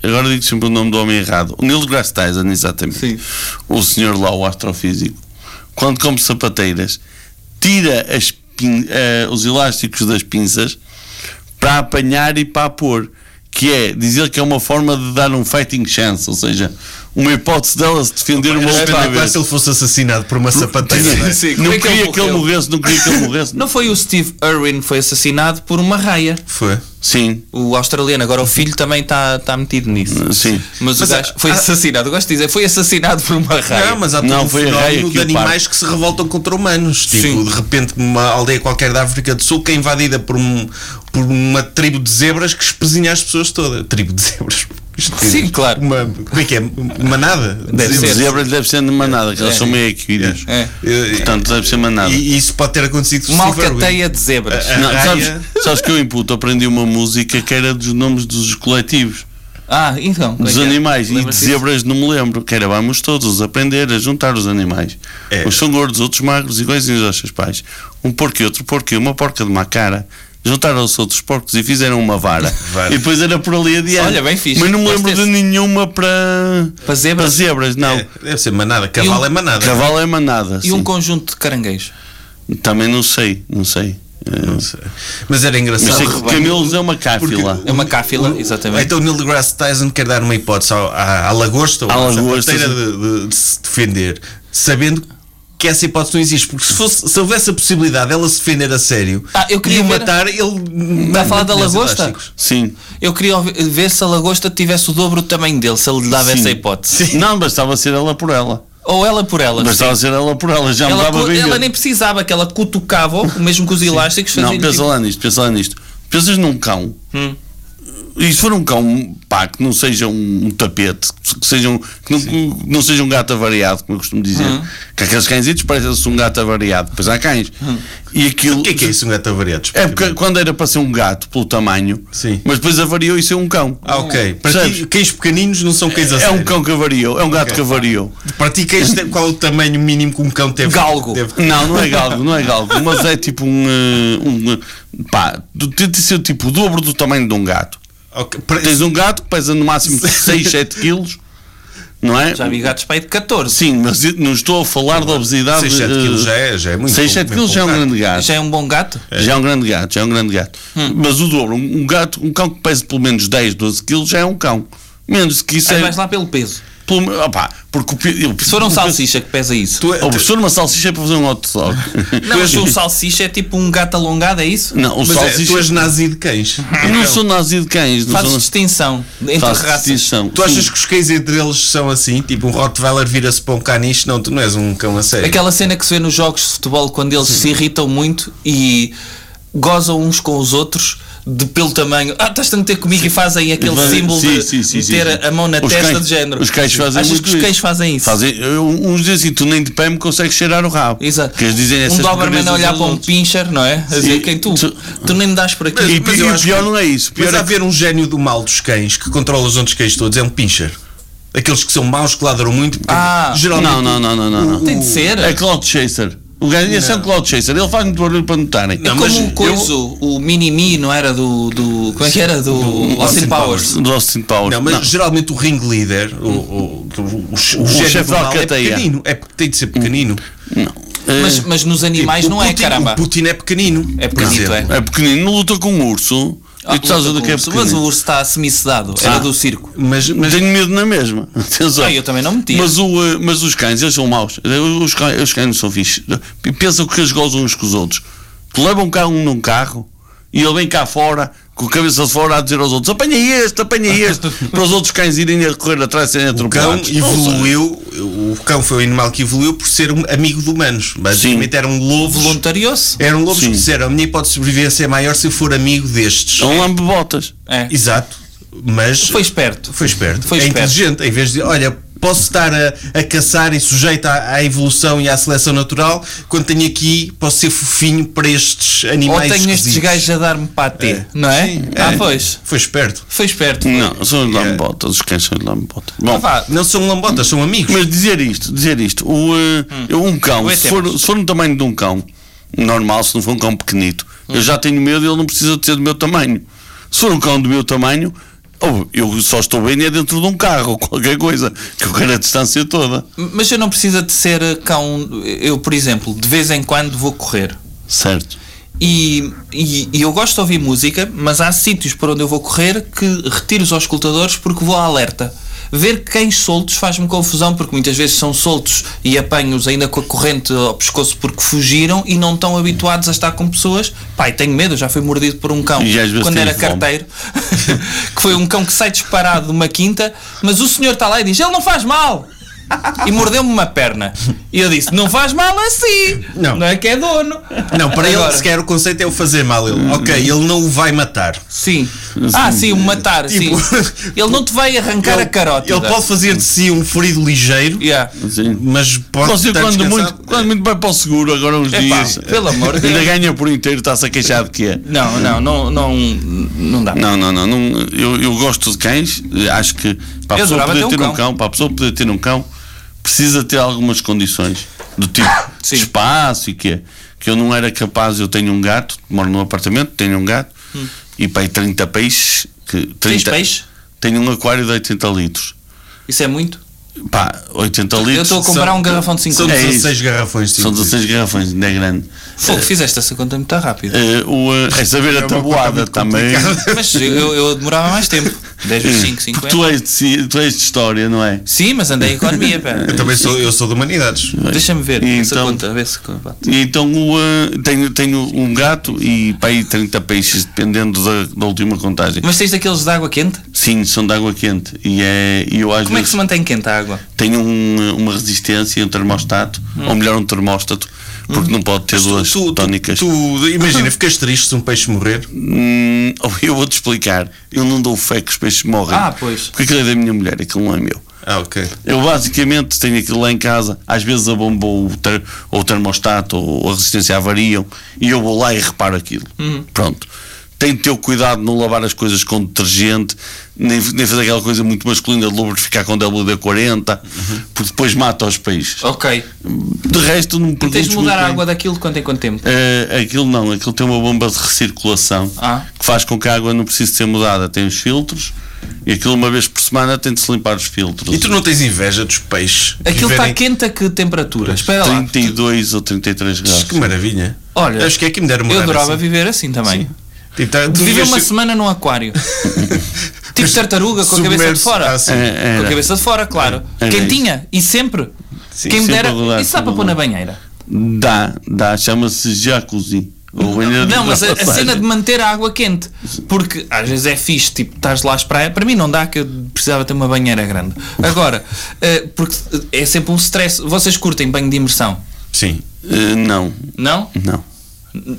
Speaker 5: agora digo sempre o nome do homem errado. O Neil deGrasse Tyson, exatamente.
Speaker 2: Sim.
Speaker 5: O senhor lá, o astrofísico. Quando come sapateiras, tira as pin- eh, os elásticos das pinças para apanhar e para pôr. Que é dizer que é uma forma de dar um fighting chance, ou seja, uma hipótese dela se defender uma
Speaker 3: Era
Speaker 5: outra
Speaker 3: espetacular
Speaker 5: vez.
Speaker 3: se ele fosse assassinado por uma sapateira. não é?
Speaker 2: Sim, como
Speaker 5: Não
Speaker 2: é que ele
Speaker 5: queria que ele
Speaker 2: morreu?
Speaker 5: morresse, não queria que ele morresse.
Speaker 2: Não foi o Steve Irwin que foi assassinado por uma raia.
Speaker 3: Foi.
Speaker 5: Sim,
Speaker 2: O australiano, agora o filho também está tá metido nisso.
Speaker 5: sim.
Speaker 2: Mas,
Speaker 3: Mas
Speaker 2: o gajo
Speaker 3: há-
Speaker 2: foi
Speaker 3: há-
Speaker 2: assassinado. Eu gosto de dizer, foi assassinado por uma raia.
Speaker 3: Não, mas há todo
Speaker 5: Não,
Speaker 3: um
Speaker 5: foi a raia
Speaker 3: fenómeno
Speaker 5: que
Speaker 3: de
Speaker 5: o
Speaker 3: animais
Speaker 5: parque-
Speaker 3: que se revoltam contra humanos. Tipo,
Speaker 2: Sim.
Speaker 3: de repente, uma aldeia qualquer da África do Sul que é invadida por, um- por uma tribo de zebras que espezinha as pessoas todas. Tribo de zebras. Isto-
Speaker 2: Sim, claro.
Speaker 3: Uma, como é que é? Manada?
Speaker 2: Deve
Speaker 3: De
Speaker 2: ser.
Speaker 5: Zebra Zebra lhe deve ser de manada, que eles
Speaker 2: É.
Speaker 5: são meio equídeos.
Speaker 2: É.
Speaker 3: Eh,
Speaker 5: Portanto, deve ser manada.
Speaker 3: E isso pode ter acontecido com
Speaker 2: Uma
Speaker 3: Steve Irwin.
Speaker 2: alcateia de zebras.
Speaker 3: Ah,
Speaker 5: Não,
Speaker 3: A
Speaker 5: sabes,
Speaker 3: raia-
Speaker 5: sabes que eu imputo, aprendi uma música que era dos nomes dos coletivos,
Speaker 2: Ah, então. como é
Speaker 5: dos
Speaker 2: que é?
Speaker 5: animais, e de
Speaker 2: Lembra-se
Speaker 5: zebras não me lembro, que era vamos todos aprender a juntar os animais.
Speaker 3: É.
Speaker 5: Uns são gordos, outros magros, iguaizinhos aos seus pais. Um porco e outro porco e uma porca de má cara. Juntaram-se outros porcos e fizeram uma vara.
Speaker 3: Vara.
Speaker 5: E depois era por ali adiante.
Speaker 2: Olha, bem fixe.
Speaker 5: Mas não me
Speaker 2: Gosto
Speaker 5: lembro de
Speaker 2: desse.
Speaker 5: nenhuma para
Speaker 2: Para zebras?
Speaker 5: para zebras não.
Speaker 3: É, deve ser manada. Cavalo
Speaker 2: E um-
Speaker 3: é manada.
Speaker 5: Cavalo é manada.
Speaker 2: E um
Speaker 5: sim.
Speaker 2: conjunto de caranguejos.
Speaker 5: Também não sei, não sei. Eh,
Speaker 3: Não sei. Mas era engraçado.
Speaker 5: Mas sei que
Speaker 3: Porque-
Speaker 5: camelos é uma cáfila.
Speaker 2: É uma
Speaker 5: Um,
Speaker 2: cáfila, exatamente.
Speaker 3: Então o Neil deGrasse Tyson quer dar uma hipótese ao- à, à lagosta ou
Speaker 5: À
Speaker 3: à
Speaker 5: lagosta,
Speaker 3: sapateira
Speaker 5: sim.
Speaker 3: de, de- de se defender, sabendo que essa hipótese não existe. Porque se, fosse, se houvesse a possibilidade dela se defender a sério
Speaker 2: Ah, eu queria
Speaker 3: e o
Speaker 2: ver-
Speaker 3: matar, ele.
Speaker 2: Está a falar da
Speaker 3: Não, não,
Speaker 2: lagosta?
Speaker 3: elásticos.
Speaker 5: Sim.
Speaker 2: Eu queria ouvi- ver se a lagosta tivesse o dobro do tamanho dele, se ele lhe dava
Speaker 5: Sim.
Speaker 2: essa hipótese.
Speaker 5: Não, bastava ser ela por ela.
Speaker 2: Ou ela por ela.
Speaker 5: Bastava ser ela por ela, já me
Speaker 2: Ela,
Speaker 5: dava
Speaker 2: cu-
Speaker 5: bem.
Speaker 2: ela nem precisava que ela cutucava, o mesmo com os elásticos,
Speaker 5: Não,
Speaker 2: fazia-lhe
Speaker 5: pensa
Speaker 2: tipo-
Speaker 5: lá nisto, pensa lá nisto. Pensas num cão.
Speaker 3: Hum.
Speaker 5: E se for um cão, pá, que não seja um, um tapete, que, seja um, que, não, que não seja um gato avariado, como eu costumo dizer.
Speaker 3: Hum.
Speaker 5: Que aqueles cãezitos parecem-se um gato avariado, pois há cães. E aquilo.
Speaker 3: Hum. O que é que é isso, um gato avariado?
Speaker 5: É porque quando era para ser um gato, pelo tamanho,
Speaker 3: Sim.
Speaker 5: mas depois avariou e ser um cão.
Speaker 3: Ah, ok. Para
Speaker 5: Percebes?
Speaker 3: ti, cães pequeninos não são cães a
Speaker 5: É um
Speaker 3: sério.
Speaker 5: cão que avariou, é um gato
Speaker 3: Ok.
Speaker 5: que avariou.
Speaker 3: Para ti, cães, te- qual é o tamanho mínimo que um cão teve?
Speaker 2: Galgo.
Speaker 3: Teve?
Speaker 5: Não, não é galgo, não é galgo, mas é tipo um. eh, um eh, pá, tu tenta ser tipo o dobro do tamanho de um gato.
Speaker 3: Ok, para-
Speaker 5: Tens um gato que pesa no máximo 6, 7 quilos, não é?
Speaker 2: Já vi gatos para aí de 14.
Speaker 5: Sim, mas eu não estou a falar da obesidade.
Speaker 3: 6, 7 quilos já é, já é muito.
Speaker 5: 6, 7
Speaker 3: Bem
Speaker 5: quilos já é um
Speaker 3: colocado.
Speaker 5: grande gato.
Speaker 2: Já é um Hum. bom gato?
Speaker 5: Já é um grande gato, já é um grande gato. Mas o dobro, um um gato, um cão que pesa pelo menos 10, 12 quilos já é um cão. Menos que isso
Speaker 2: Aí
Speaker 5: é.
Speaker 2: vais lá pelo peso.
Speaker 5: Pelo, me- opá, porque o, pe- eu-
Speaker 2: Se for um
Speaker 5: o pe-
Speaker 2: salsicha que pesa isso.
Speaker 3: Tu,
Speaker 5: Oh, se for uma salsicha é para fazer um hot dog.
Speaker 2: Não, mas um salsicha é tipo um gato alongado, é isso?
Speaker 5: Não, o
Speaker 3: mas é,
Speaker 5: salsicha.
Speaker 3: tu és um nazi de cães.
Speaker 5: Eu não sou nazi de cães, não
Speaker 2: Fazes
Speaker 5: sou
Speaker 2: distinção entre
Speaker 5: faço
Speaker 2: raças.
Speaker 5: um distinção.
Speaker 3: Então, Tu achas
Speaker 5: Sim.
Speaker 3: que os cães entre eles são assim? Tipo, um Rottweiler vira-se para um caniche? Não, tu não és um cão a sério.
Speaker 2: Aquela cena que se vê nos jogos de futebol quando eles se irritam muito e gozam uns com os outros de pelo tamanho. Ah, estás a meter comigo e fazem aquele
Speaker 5: Fazem-
Speaker 2: símbolo
Speaker 5: sim,
Speaker 2: de
Speaker 5: sim, sim, sim,
Speaker 2: meter
Speaker 5: sim.
Speaker 2: a mão na
Speaker 5: Os
Speaker 2: testa
Speaker 5: cães-
Speaker 2: de género.
Speaker 5: Os cães fazem
Speaker 2: Achas
Speaker 5: muito
Speaker 2: que os cães
Speaker 5: isso.
Speaker 2: fazem isso?
Speaker 5: Fazem- eu- uns dizem assim, tu nem de pé me consegues cheirar o rabo.
Speaker 2: Exato.
Speaker 5: Que eles dizem
Speaker 2: um
Speaker 5: essas
Speaker 2: Doberman
Speaker 5: porcarias
Speaker 2: a olhar
Speaker 5: uns
Speaker 2: para um
Speaker 5: aos outros.
Speaker 2: pincher, não é? A dizer
Speaker 5: Sim.
Speaker 2: quem tu,
Speaker 5: Tu-
Speaker 2: tu nem me das por aqui.
Speaker 5: E,
Speaker 3: Mas
Speaker 5: e
Speaker 3: eu
Speaker 5: o
Speaker 3: acho
Speaker 5: pior
Speaker 3: que-
Speaker 5: não é isso. O pior
Speaker 3: Mas
Speaker 5: é
Speaker 3: há
Speaker 5: que-
Speaker 3: haver um gênio do mal dos cães que controla os outros cães todos, é um pincher. Aqueles que são maus, que ladram muito. porque
Speaker 2: Ah,
Speaker 3: geralmente
Speaker 5: Não, não, não, não, não, não.
Speaker 2: Tem de ser.
Speaker 5: É Cloud Chaser. O gajo esse é um Cloud Chaser. Ele faz muito barulho para notarem. um
Speaker 2: É
Speaker 3: Não, mas
Speaker 2: como o
Speaker 3: eu-
Speaker 2: coiso, o Mini-Me, não era do, do. Como é que era? Do, Austin,
Speaker 3: Austin
Speaker 2: Powers.
Speaker 3: Powers.
Speaker 5: Do Austin Powers.
Speaker 3: Não, mas geralmente o ringleader, o, o, o, o, o gênio
Speaker 5: chefe
Speaker 3: do
Speaker 5: da
Speaker 3: mal é
Speaker 5: alcateia.
Speaker 3: pequenino. É, tem de ser pequenino.
Speaker 5: Eh,
Speaker 2: Mas, mas nos animais
Speaker 3: Tipo,
Speaker 2: não
Speaker 3: o
Speaker 2: é,
Speaker 3: Putin,
Speaker 2: caramba.
Speaker 3: O Putin é pequenino.
Speaker 2: É
Speaker 3: por
Speaker 2: pequenito,
Speaker 3: exemplo.
Speaker 2: é.
Speaker 5: é pequenino, não luta com um urso.
Speaker 2: Ah,
Speaker 5: e tu sabes
Speaker 2: luta
Speaker 5: do que
Speaker 3: um
Speaker 2: com
Speaker 5: é
Speaker 2: urso. Mas o
Speaker 5: pequenino.
Speaker 2: urso está semi-sedado, era
Speaker 5: Ah.
Speaker 2: do circo.
Speaker 3: Mas, mas
Speaker 5: Tenho medo na mesma. Atenção.
Speaker 2: Ah, eu também não metia.
Speaker 5: Mas, o, eh, mas os cães, eles são maus. Eh, Os cães, os cães não são fixos. P- Pensam que eles gozam uns com os outros. Tu leva um carro um num carro e ele vem cá fora, com a cabeça de fora, a dizer aos outros: apanha este, apanha este, para os outros cães irem a correr atrás e serem
Speaker 3: O cão
Speaker 2: tipo,
Speaker 5: atropelados.
Speaker 3: evoluiu, o cão foi o animal que evoluiu por ser um amigo de humanos. Basicamente um eram lobos.
Speaker 2: Voluntariou-se.
Speaker 3: Eram lobos
Speaker 5: Sim.
Speaker 3: que disseram: um a minha hipótese de sobrevivência é maior se eu for amigo destes.
Speaker 5: É um lambe-botas.
Speaker 2: É.
Speaker 3: Exato, mas
Speaker 2: Foi esperto.
Speaker 3: foi esperto.
Speaker 2: Foi
Speaker 3: é
Speaker 2: esperto.
Speaker 3: inteligente. Em vez de, olha, Posso estar a, a caçar e sujeito à, à evolução e à seleção natural, quando tenho aqui, posso ser fofinho para estes
Speaker 2: Ou
Speaker 3: animais
Speaker 2: tenho estes
Speaker 3: esquisitos.
Speaker 2: gajos a dar-me para ti, não é?
Speaker 3: Sim,
Speaker 2: ah,
Speaker 3: é.
Speaker 2: pois.
Speaker 3: Foi esperto.
Speaker 2: Foi esperto.
Speaker 3: É.
Speaker 5: Não, são os lambotas, os cães são os lambotas. Bom,
Speaker 2: Vá,
Speaker 3: Não são lambotas, são amigos.
Speaker 5: mas dizer isto, dizer isto, o, eh,
Speaker 2: Hum.
Speaker 5: eu, um cão,
Speaker 2: O
Speaker 5: se for,
Speaker 2: ET.
Speaker 5: se for no tamanho de um cão, normal, se não for um cão pequenito,
Speaker 2: Hum.
Speaker 5: eu já tenho medo e ele não precisa de ser do meu tamanho. Se for um cão do meu tamanho, ou eu só estou bem é dentro de um carro ou qualquer coisa, que eu quero a distância toda.
Speaker 2: mas eu não precisa de ser eh, cão. Eu, por exemplo, de vez em quando vou correr.
Speaker 5: Certo.
Speaker 2: E, e- e eu gosto de ouvir música, mas há sítios para onde eu vou correr que retiro os auscultadores porque vou à alerta. Ver cães soltos faz-me confusão, porque muitas vezes são soltos e apanho-os ainda com a corrente ao pescoço porque fugiram e não estão habituados a estar com pessoas. Pai, tenho medo, eu já fui mordido por um cão
Speaker 5: E às vezes
Speaker 2: quando
Speaker 5: tens
Speaker 2: era
Speaker 5: fome.
Speaker 2: carteiro, que foi um cão que sai disparado de uma quinta, mas o senhor está lá e diz: Ele não faz mal! E mordeu-me uma perna. E eu disse: Não faz mal assim!
Speaker 3: Não.
Speaker 2: é que é dono!
Speaker 3: Não, para
Speaker 2: Agora-
Speaker 3: ele sequer o conceito é o fazer mal. Ele, ok, ele não o vai matar.
Speaker 2: Sim. Ah, sim, o matar,
Speaker 3: Tipo-
Speaker 2: sim. Ele não te vai arrancar
Speaker 3: ele,
Speaker 2: a carótida.
Speaker 3: ele pode fazer de si um ferido ligeiro,
Speaker 2: Yeah.
Speaker 5: Sim.
Speaker 3: mas é pode
Speaker 5: Você
Speaker 3: estar
Speaker 5: quando
Speaker 3: descansado.
Speaker 5: muito, quando muito vai para o seguro agora uns
Speaker 2: Epá,
Speaker 5: dias.
Speaker 2: pelo amor de
Speaker 5: Ainda
Speaker 2: Deus.
Speaker 5: ganha por inteiro, está-se a queixar de que é.
Speaker 2: Não, não, não, não, não dá.
Speaker 5: Não, não, não. não, eu, eu gosto de cães. Acho que para a
Speaker 2: Eu
Speaker 5: pessoa
Speaker 2: adorava
Speaker 5: poder
Speaker 2: ter
Speaker 5: ter,
Speaker 2: um
Speaker 5: um
Speaker 2: cão.
Speaker 5: cão, para a pessoa poder ter um cão, precisa ter algumas condições do tipo
Speaker 2: Sim.
Speaker 5: de espaço e que é, que eu não era capaz. Eu tenho um gato, moro num apartamento, tenho um gato e pai 30 peixes. Que, 30,
Speaker 2: Hum. Tens peixe?
Speaker 5: Tenho um aquário de 80 litros.
Speaker 2: Isso é muito.
Speaker 5: Pá, 80 litros.
Speaker 2: Eu estou a comprar um garrafão de 5
Speaker 3: São
Speaker 5: É
Speaker 2: litros.
Speaker 5: isso.
Speaker 3: 16 garrafões. sim.
Speaker 5: São 16 garrafões, ainda é grande.
Speaker 2: Fogo, fizeste essa conta muito rápido.
Speaker 5: Eh, o, eh, é saber a
Speaker 3: uma
Speaker 5: tabuada
Speaker 3: conta muito
Speaker 5: também. Eh,
Speaker 3: complicada.
Speaker 2: Mas eu, eu demorava mais tempo. 10 vezes 5,
Speaker 5: Hum, Porque
Speaker 2: 50.
Speaker 5: tu és, de, ci- tu és de história, não é?
Speaker 2: Sim, mas andei em economia, pá.
Speaker 3: Eu também sou, eu sou de humanidades.
Speaker 2: Deixa-me ver
Speaker 5: E
Speaker 2: essa
Speaker 5: então-
Speaker 2: conta, a ver se bate.
Speaker 5: E então o, eh, tenho, tenho um gato e para aí 30 peixes, dependendo da, da última contagem.
Speaker 2: Mas tens daqueles de água quente?
Speaker 5: Sim, são de água quente. E é, e eu às
Speaker 2: Como é que
Speaker 5: vezes
Speaker 2: se mantém quente a água?
Speaker 5: tenho um, uma resistência, um termostato,
Speaker 2: Hum.
Speaker 5: ou melhor, um termóstato, porque não pode ter duas
Speaker 3: Tu, tu,
Speaker 5: tónicas.
Speaker 3: tu imagina, ficas triste se um peixe morrer.
Speaker 5: Hum, eu vou-te explicar. Eu não dou fé que os peixes morrem.
Speaker 2: Ah, pois.
Speaker 5: Porque aquilo é da minha mulher, aquilo não é meu.
Speaker 3: Ah, ok.
Speaker 5: Eu basicamente tenho aquilo lá em casa, às vezes a bomba ou o, ter, ou o termostato ou a resistência avariam e eu vou lá e reparo aquilo.
Speaker 2: Uhum.
Speaker 5: Pronto. Tenho de ter o cuidado de não lavar as coisas com detergente, nem, nem fazer aquela coisa muito masculina de lubrificar com WD-40, porque depois mata os peixes.
Speaker 2: Ok.
Speaker 5: De resto, não me perguntes
Speaker 2: Tens de mudar
Speaker 5: muito
Speaker 2: a
Speaker 5: bem.
Speaker 2: água daquilo de quanto em quanto tempo?
Speaker 5: Eh, aquilo não, aquilo tem uma bomba de recirculação
Speaker 2: Ah.
Speaker 5: que faz com que a água não precise ser mudada. Tem os filtros e aquilo uma vez por semana tem de se limpar os filtros.
Speaker 3: E tu não tens inveja dos peixes? que
Speaker 2: Aquilo está
Speaker 3: viverem-
Speaker 2: quente a que temperatura? Espera lá.
Speaker 5: 32 ou 33 graus.
Speaker 3: Que maravilha.
Speaker 2: Olha,
Speaker 3: acho que é que me deram uma
Speaker 2: Eu adorava viver assim também.
Speaker 3: Tipo, tá, tu
Speaker 2: De viver
Speaker 3: vives-
Speaker 2: uma semana num aquário. tipo tartaruga com a cabeça de
Speaker 3: Submerso.
Speaker 2: fora.
Speaker 3: Ah, sim.
Speaker 5: É,
Speaker 2: Com
Speaker 5: era.
Speaker 2: a cabeça de fora, claro.
Speaker 5: Era
Speaker 2: Quentinha e sempre. Quem me
Speaker 5: sempre
Speaker 2: dera.
Speaker 5: a rodar,
Speaker 2: Isso dá
Speaker 5: sempre
Speaker 2: para
Speaker 5: a
Speaker 2: pôr na
Speaker 5: rodar.
Speaker 2: banheira.
Speaker 5: Dá, dá, chama-se jacuzzi. Ou banheiro de
Speaker 2: Não, mas a, a
Speaker 5: massagem.
Speaker 2: cena de manter a água quente. Porque às vezes é fixe, tipo, estás lá à praia. Para mim não dá, que eu precisava ter uma banheira grande. Agora, eh, porque é sempre um stress. Vocês curtem banho de imersão?
Speaker 3: Sim.
Speaker 5: Eh, não,
Speaker 2: Não?
Speaker 5: não,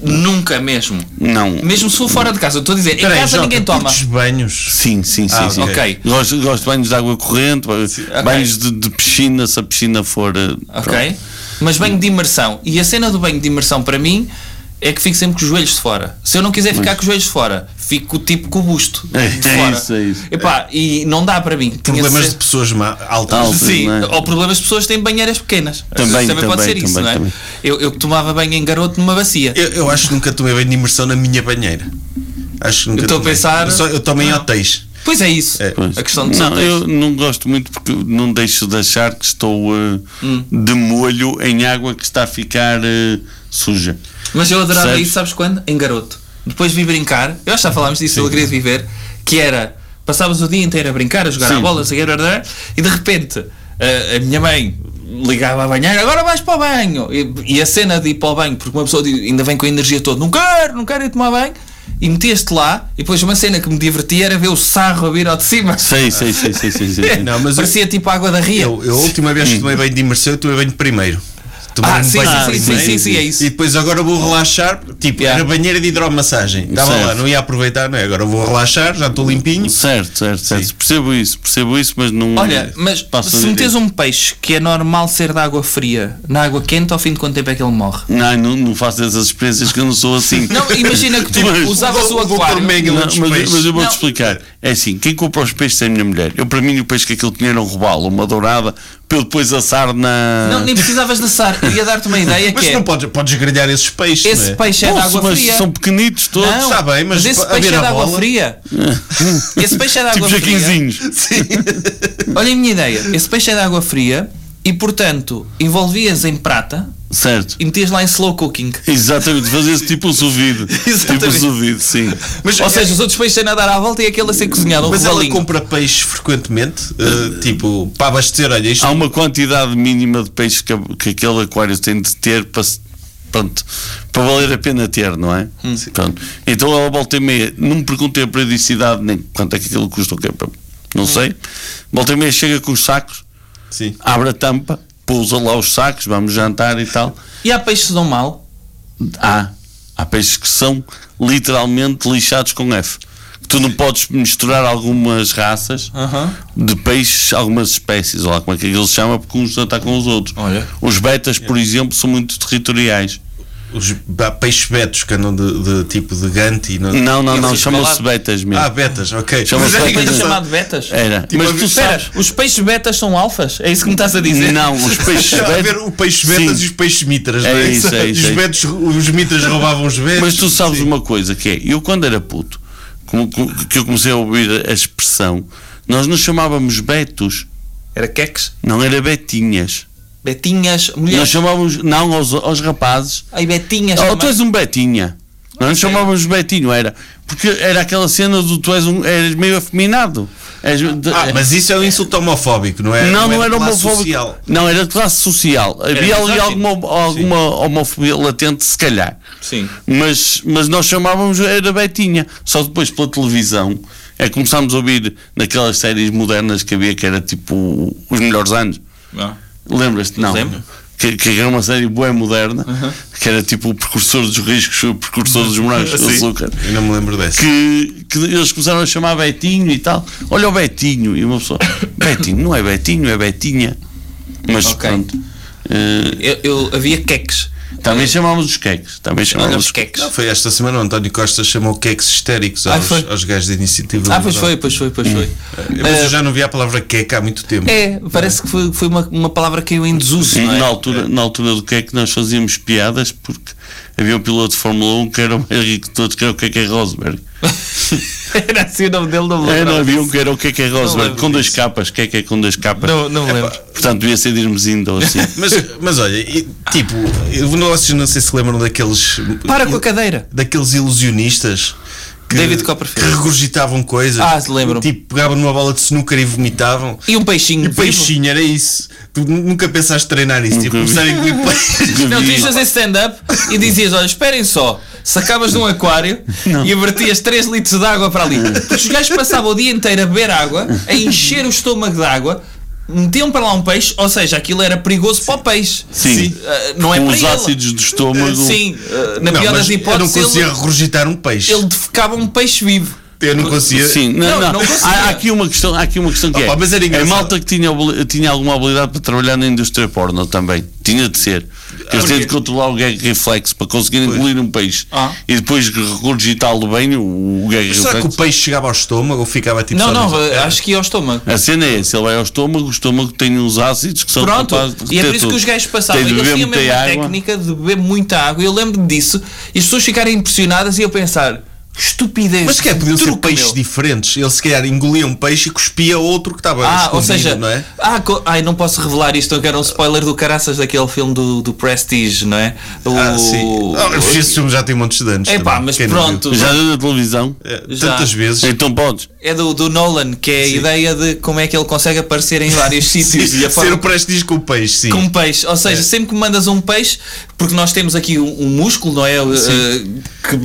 Speaker 2: Nunca mesmo.
Speaker 5: não.
Speaker 2: Mesmo se for fora de casa, eu estou a dizer, em
Speaker 3: Peraí,
Speaker 2: casa
Speaker 3: Jota,
Speaker 2: ninguém toma.
Speaker 3: curtes banhos.
Speaker 5: Sim, sim, sim.
Speaker 3: Ah,
Speaker 5: sim.
Speaker 2: ok.
Speaker 5: Gosto, gosto de banhos de água corrente, ba- banhos de, de piscina, se a piscina for. eh,
Speaker 2: Ok?
Speaker 5: pronto.
Speaker 2: Mas banho de imersão. E a cena do banho de imersão para mim é que fico sempre com os joelhos de fora. Se eu não quiser ficar com os joelhos de fora, fico tipo com o busto
Speaker 5: É,
Speaker 2: de
Speaker 5: é
Speaker 2: fora.
Speaker 5: isso, é isso.
Speaker 2: Epá, e não dá para mim. Tinha
Speaker 3: Problemas
Speaker 2: de
Speaker 3: de
Speaker 2: ser-
Speaker 3: pessoas má, altas.
Speaker 5: Altas.
Speaker 2: Sim,
Speaker 5: não é?
Speaker 2: ou problemas de pessoas que têm banheiras pequenas.
Speaker 5: Também,
Speaker 2: pode
Speaker 5: também,
Speaker 2: ser isso,
Speaker 5: também,
Speaker 2: não é?
Speaker 5: também.
Speaker 2: Eu, eu que tomava banho em garoto numa bacia.
Speaker 3: Eu, eu acho que nunca tomei banho de imersão na minha banheira. Acho que nunca
Speaker 2: Eu estou a
Speaker 3: tomei.
Speaker 2: pensar-
Speaker 3: Eu, só, eu tomo em
Speaker 2: Não.
Speaker 3: hotéis.
Speaker 2: Pois é isso.
Speaker 3: É,
Speaker 5: Pois.
Speaker 2: A questão de
Speaker 5: não,
Speaker 2: solteiros.
Speaker 5: eu não gosto muito porque não deixo de achar que estou eh,
Speaker 2: Hum.
Speaker 5: de molho em água que está a ficar eh, suja.
Speaker 2: Mas eu adorava
Speaker 5: Percebes?
Speaker 2: isso, sabes quando? Em garoto. Depois vim brincar, eu acho que já falámos disso, eu alegria de viver, que era passavas o dia inteiro a brincar, a jogar
Speaker 5: Sim.
Speaker 2: à bola, a seguir, e de repente eh, a, a minha mãe ligava a banheira, agora vais para o banho. E, e a cena de ir para o banho, porque uma pessoa di- ainda vem com a energia toda, não quero, não quero ir tomar banho. E meteste lá, e depois uma cena que me divertia era ver o sarro a vir ao de cima.
Speaker 5: Sei, sei, sei, sei, sei. sei, sei.
Speaker 3: Não, mas eu-
Speaker 2: Parecia tipo água da ria.
Speaker 3: Eu, eu a última vez que tomei banho de imersão, eu tomei banho primeiro. tomar
Speaker 2: Ah,
Speaker 3: um
Speaker 2: sim,
Speaker 3: banho
Speaker 2: sim, sim,
Speaker 3: primeiro
Speaker 2: sim, sim, é isso.
Speaker 3: E depois agora vou relaxar. Tipo,
Speaker 2: Yeah.
Speaker 3: era banheira de hidromassagem. Estava
Speaker 5: Certo.
Speaker 3: lá, não ia aproveitar, não é? Agora vou relaxar, já estou limpinho.
Speaker 5: Certo, certo, certo. Percebo isso, percebo isso, mas não. é
Speaker 2: Olha, mas
Speaker 5: passo a
Speaker 2: se metes
Speaker 5: direito.
Speaker 2: um peixe que é normal ser de água fria na água quente, ao fim de quanto tempo é que ele morre?
Speaker 5: Não, não, não faço essas experiências que eu não sou assim.
Speaker 2: Não, imagina que tu
Speaker 5: Mas-
Speaker 2: usavas o
Speaker 3: vou- vou pôr
Speaker 2: aquário.
Speaker 3: mega-
Speaker 5: Não,
Speaker 3: dos
Speaker 5: mas,
Speaker 3: peixes.
Speaker 5: mas eu vou-te
Speaker 2: Não.
Speaker 5: explicar. É assim, quem compra os peixes é a minha mulher. Eu, para mim, o peixe que aquilo tinha era um robalo, uma dourada, para eu depois assar na.
Speaker 2: Não, nem precisavas de assar. Ia dar-te uma ideia
Speaker 3: Mas
Speaker 2: que é,
Speaker 3: não podes, podes grelhar esses peixes.
Speaker 2: esse
Speaker 3: não é?
Speaker 2: peixe é de
Speaker 5: Posso,
Speaker 2: água
Speaker 5: mas
Speaker 2: fria.
Speaker 5: são pequenitos todos. tipo
Speaker 2: Não,
Speaker 3: Está bem, mas
Speaker 2: esse
Speaker 3: a
Speaker 2: peixe
Speaker 3: ver
Speaker 2: é
Speaker 3: a
Speaker 2: de água
Speaker 3: bola?
Speaker 2: fria. Esse peixe é de água
Speaker 5: Tipo
Speaker 2: fria.
Speaker 5: jaquinzinhos.
Speaker 2: Olha a minha ideia. Esse peixe é de água fria e, portanto, envolvias em prata
Speaker 5: Certo.
Speaker 2: e metias lá em slow cooking.
Speaker 5: Exatamente, fazer-se tipo um subido. tipo um
Speaker 2: Exatamente.
Speaker 5: subido, sim.
Speaker 3: Mas- é-
Speaker 2: Ou seja, os outros peixes têm a dar à volta e aquele a ser cozinhado, um
Speaker 3: Mas ela
Speaker 2: robalinho.
Speaker 3: compra peixe frequentemente, eh, tipo, para abastecer, olha, isto
Speaker 5: Há uma quantidade mínima de peixe que, que aquele aquário tem de ter para, se- pronto, para valer a pena ter, não é? Pronto. Então ela volta e meia, não me perguntei a periodicidade nem quanto é que aquilo custa, o que é, pá, não sei. Volta e meia chega com os sacos,
Speaker 2: um-
Speaker 3: Sim.
Speaker 5: abre a tampa, pousa lá os sacos, vamos jantar e tal.
Speaker 2: E há peixes que se dão mal.
Speaker 5: Há, há peixes que são literalmente lixados com F. Tu não podes misturar algumas raças
Speaker 2: Aham.
Speaker 5: de peixes, algumas espécies, ou lá como é que aquilo se chama, porque uns não atacam os outros.
Speaker 2: Olha.
Speaker 5: Os betas, por exemplo, são muito territoriais.
Speaker 3: Os ba- peixes betos que andam de, de tipo de gante e não.
Speaker 5: Não, não, não,
Speaker 2: fiz
Speaker 5: chamam-se
Speaker 2: calado.
Speaker 5: betas mesmo.
Speaker 3: Ah, betas, ok.
Speaker 5: Chama-se
Speaker 3: Mas é
Speaker 5: betas.
Speaker 2: Era
Speaker 3: engraçado.
Speaker 2: chamado betas?
Speaker 5: Era.
Speaker 3: Tipo,
Speaker 5: Mas tu
Speaker 2: Espera,
Speaker 5: sabes.
Speaker 2: os peixes betas são alfas? É isso que me estás a dizer?
Speaker 5: Não, os peixes
Speaker 3: Está a ver
Speaker 5: betas.
Speaker 3: o peixe betas
Speaker 5: Sim.
Speaker 3: e os peixes mitras,
Speaker 5: É
Speaker 3: não
Speaker 5: isso, é
Speaker 3: E
Speaker 5: isso,
Speaker 3: os,
Speaker 5: é isso.
Speaker 3: betos, os mitras roubavam os betos.
Speaker 5: Mas tu sabes uma coisa que é, eu quando era puto, como- como- que eu comecei a ouvir a expressão, nós não chamávamos betos,
Speaker 2: Era queques?
Speaker 5: não era betinhas.
Speaker 2: Betinhas,
Speaker 5: Nós
Speaker 2: mulheres.
Speaker 5: chamávamos, não, aos, aos rapazes.
Speaker 2: Ai, betinhas.
Speaker 3: é
Speaker 5: Oh,
Speaker 2: também.
Speaker 5: tu és um Betinha. Nós nos chamávamos Betinho, era. Porque era aquela cena do tu és um. eras meio afeminado. És- de-
Speaker 3: Ah, mas isso é um insulto homofóbico, não é?
Speaker 5: não, não
Speaker 3: é
Speaker 5: era
Speaker 3: de classe
Speaker 5: homofóbico.
Speaker 3: social.
Speaker 5: Não, era de classe social. Havia ali
Speaker 2: misógino.
Speaker 5: alguma, alguma homofobia latente, se calhar.
Speaker 2: Sim.
Speaker 5: Mas, mas nós chamávamos era Betinha. Só depois pela televisão é que começámos a ouvir naquelas séries modernas que havia que era tipo os melhores anos. Lembras-te? Não.
Speaker 2: Lembro.
Speaker 5: Que, que era uma série boa moderna, que era tipo o precursor dos riscos, o precursor dos morangos do açúcar,
Speaker 3: Eu não me lembro dessa.
Speaker 5: que, que eles começaram a chamar Betinho e tal. Olha o Betinho, e uma pessoa, Betinho, não é Betinho, é Betinha. Mas
Speaker 2: Ok.
Speaker 5: pronto. Eh,
Speaker 2: Eu, eu- havia queques.
Speaker 5: também chamámos os queques. Também
Speaker 2: Eh, Olha
Speaker 5: chamámos
Speaker 2: os
Speaker 5: os
Speaker 2: queques.
Speaker 3: Não, foi esta semana o António Costa chamou queques histéricos
Speaker 2: Ah,
Speaker 3: aos,
Speaker 2: foi.
Speaker 3: aos gajos da iniciativa.
Speaker 2: Ah, pois
Speaker 3: liberal.
Speaker 2: foi, pois foi, pois foi.
Speaker 5: Hum.
Speaker 3: Mas
Speaker 5: Eh,
Speaker 3: eu já não vi a palavra queca há muito tempo.
Speaker 2: É, parece que foi, foi uma, uma palavra que caiu em desuso,
Speaker 5: Sim,
Speaker 2: não é?
Speaker 5: na, altura, na altura do que é que nós fazíamos piadas, porque havia um piloto de Fórmula 1 que era o mais rico de todos, que era o que é que é Rosberg.
Speaker 2: Era assim o nome dele, não me
Speaker 5: É,
Speaker 2: lembro.
Speaker 5: não havia um que era o que é que é Rosberg,
Speaker 2: lembro
Speaker 5: com duas capas, que é que é com duas capas.
Speaker 2: Não, não me lembro.
Speaker 5: Portanto, ia ser de irmezindo ou assim.
Speaker 3: Mas, mas olha, e, tipo, eu não, vocês não sei se lembram daqueles.
Speaker 2: Para com a cadeira.
Speaker 3: Daqueles ilusionistas. Que,
Speaker 2: David Copperfield.
Speaker 3: que regurgitavam coisas.
Speaker 2: Ah, se lembram.
Speaker 3: Tipo, pegavam numa bola de snooker e vomitavam.
Speaker 2: E um peixinho.
Speaker 3: E
Speaker 2: vivo?
Speaker 3: peixinho, era isso. Tu nu- nunca pensaste treinar isso. Tipo,
Speaker 5: Nunca vi.
Speaker 3: começar a engolir peixe.
Speaker 2: Não, assim, tu
Speaker 5: Havia-
Speaker 2: ias fazer stand-up e dizias: olha, esperem só, sacavas de um aquário e vertias 3 litros de água para ali.
Speaker 5: Hum.
Speaker 2: Porque os gajos passavam o dia inteiro a beber água, a encher o estômago de água, metiam para lá um peixe, ou seja, aquilo era perigoso para o peixe.
Speaker 5: Sim.
Speaker 2: Ah, não é
Speaker 5: com
Speaker 2: para
Speaker 5: os
Speaker 2: ele.
Speaker 5: ácidos do estômago.
Speaker 2: Sim, ah, na
Speaker 3: Não,
Speaker 2: pior
Speaker 3: mas
Speaker 2: das
Speaker 3: eu não
Speaker 2: hipóteses,
Speaker 3: conseguia
Speaker 2: ele,
Speaker 3: regurgitar um peixe.
Speaker 2: ele defecava um peixe vivo.
Speaker 3: Eu não conseguia.
Speaker 5: Sim,
Speaker 2: Não,
Speaker 5: não, não.
Speaker 2: não conseguia.
Speaker 5: há, há aqui uma questão, há aqui uma questão que
Speaker 3: Opa,
Speaker 5: é,
Speaker 3: mas era
Speaker 5: a
Speaker 3: engraçado.
Speaker 5: malta que tinha, habili- tinha alguma habilidade para trabalhar na indústria porno também, tinha de ser. Eles tinham de controlar o gag reflexo para conseguir engolir um peixe
Speaker 2: Ah.
Speaker 5: e depois regurgitá-lo bem o, o gag
Speaker 3: Mas será que o
Speaker 5: reflexo.
Speaker 3: peixe chegava ao estômago ou ficava tipo.
Speaker 2: Não,
Speaker 3: só
Speaker 2: não,
Speaker 3: no-
Speaker 2: ah, acho que ia ao estômago.
Speaker 5: A cena é essa, ele vai ao estômago, o estômago tem uns ácidos que são
Speaker 2: Pronto,
Speaker 5: capazes de
Speaker 2: e é
Speaker 5: reter
Speaker 2: por isso que
Speaker 5: tudo.
Speaker 2: os gajos passavam.
Speaker 5: Tem de
Speaker 2: Eles
Speaker 5: beber
Speaker 2: tinham
Speaker 5: muita
Speaker 2: mesmo a
Speaker 5: água.
Speaker 2: é técnica de beber muita água. Eu lembro-me disso e as pessoas ficarem impressionadas e eu pensar: que estupidez.
Speaker 3: Mas se calhar podiam ser
Speaker 2: truque,
Speaker 3: peixes
Speaker 2: meu."
Speaker 3: diferentes. Ele se calhar engolia um peixe e cuspia outro que estava
Speaker 2: Ah, ou
Speaker 3: escondido,
Speaker 2: seja,
Speaker 3: não é?
Speaker 2: ah, co- ai, não posso revelar isto, eu quero um spoiler do caraças daquele filme do, do Prestige, não é? O...
Speaker 3: Ah, sim. Ah, esse filme já tem montes de anos.
Speaker 2: É pá,
Speaker 3: também,
Speaker 2: mas
Speaker 3: quem não
Speaker 2: pronto.
Speaker 3: viu.
Speaker 5: Já deu na televisão?
Speaker 3: É,
Speaker 2: Já.
Speaker 3: Tantas vezes.
Speaker 5: Então podes.
Speaker 2: É do, do Nolan, que é a ideia de como é que ele consegue aparecer em vários sítios e a
Speaker 3: Ser
Speaker 2: forma
Speaker 3: o prestígio com o peixe, sim.
Speaker 2: com peixe. Ou
Speaker 5: É.
Speaker 2: seja, sempre que mandas um peixe, porque nós temos aqui um, um músculo, não é? Eh, que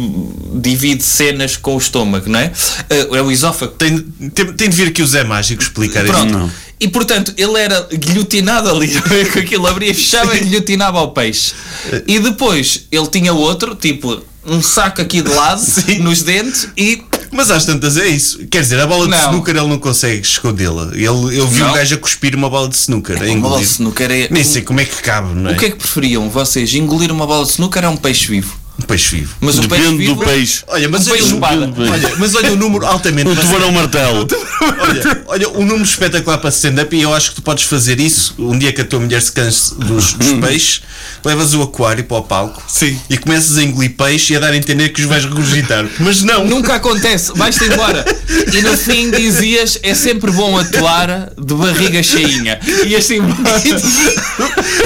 Speaker 2: divide cenas com o estômago, não é? Eh, é o esófago.
Speaker 3: Tem, tem, tem de vir aqui o Zé Mágico explicar
Speaker 2: Pronto.
Speaker 3: isto.
Speaker 2: E portanto, ele era guilhotinado ali, é? com aquilo abria e fechava e guilhotinava ao peixe. E depois ele tinha outro, tipo, um saco aqui de lado, nos dentes, e
Speaker 3: Mas às tantas é isso. Quer dizer, a bola de
Speaker 2: Não.
Speaker 3: snooker ele não consegue escondê-la. Ele, eu vi
Speaker 2: Não.
Speaker 3: um gajo a cuspir uma bola de snooker. a
Speaker 2: uma bola de
Speaker 3: engolir.
Speaker 2: snooker é-
Speaker 3: Nem sei como é que cabe, não é?
Speaker 2: o que é que preferiam vocês? Engolir uma bola de snooker é um peixe vivo.
Speaker 3: Um peixe vivo.
Speaker 2: Mas o peixe
Speaker 5: Depende
Speaker 2: vivo
Speaker 5: do peixe.
Speaker 3: Olha, mas,
Speaker 2: Um peixe
Speaker 3: olha,
Speaker 2: espada.
Speaker 3: o- olha, mas olha o número altamente.
Speaker 2: Então,
Speaker 5: O tubarão martelo.
Speaker 3: olha, olha, um número espetacular para stand-up e eu acho que tu podes fazer isso um dia que a tua mulher se canse dos, dos peixes, levas o aquário para o palco
Speaker 2: Sim.
Speaker 3: e começas a engolir peixe e a dar a entender que os vais regurgitar. Mas não,
Speaker 2: Nunca acontece, vais-te embora. E no fim dizias: é sempre bom atuar de barriga cheinha. E assim,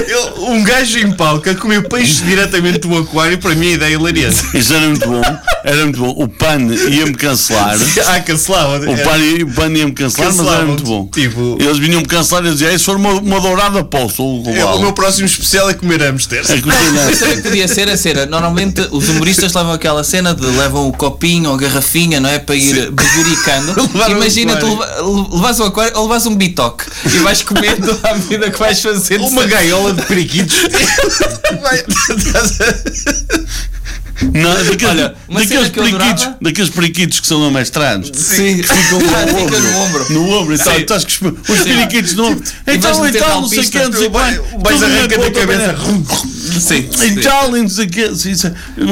Speaker 3: Eu- um gajo em palco a comer peixe diretamente do aquário, para mim a ideia é hilariante.
Speaker 5: Isso era muito bom. Era muito bom. O PAN ia-me cancelar.
Speaker 3: Ah, cancelava.
Speaker 5: O PAN, ia- o PAN ia-me cancelar, mas era
Speaker 3: Cancelavam-te,
Speaker 5: muito bom.
Speaker 3: tipo-
Speaker 5: Eles vinham-me cancelar e eu dizia: "Ah, Isso foi uma, uma dourada posso. O
Speaker 3: É, o meu
Speaker 5: global.
Speaker 3: próximo especial é comer hamster.
Speaker 5: É que não tem
Speaker 2: Mas
Speaker 5: nada.
Speaker 2: também podia ser a cena. Normalmente os humoristas levam aquela cena de levam o copinho ou a garrafinha, não é? Para ir bebericando.
Speaker 3: Levar um
Speaker 2: Imagina, tu
Speaker 3: aquário.
Speaker 2: leva- levas um aquário ou levas um bitoque e vais comendo à medida que vais fazendo.
Speaker 3: Uma gaiola de periquitos. Vai-
Speaker 5: Não, daqueles,
Speaker 2: Olha, uma cena
Speaker 5: daqueles,
Speaker 2: que eu
Speaker 5: periquitos,
Speaker 2: adorava-
Speaker 5: daqueles periquitos que são não mestrados.
Speaker 2: Sim,
Speaker 5: Ficam no
Speaker 2: assim. Fica
Speaker 5: um ombro.
Speaker 2: no ombro.
Speaker 5: No ombro, e tal,
Speaker 2: Sim.
Speaker 5: e estás com os, os periquitos no ombro. Então,
Speaker 2: meter
Speaker 5: então,
Speaker 2: na
Speaker 5: não sei o
Speaker 2: alpista,
Speaker 5: que, não sei o que.
Speaker 3: vai- vais arrancando a cabeça.
Speaker 2: Sim,
Speaker 5: E
Speaker 2: sim.
Speaker 5: tal, e não sei o quê, sim, sim.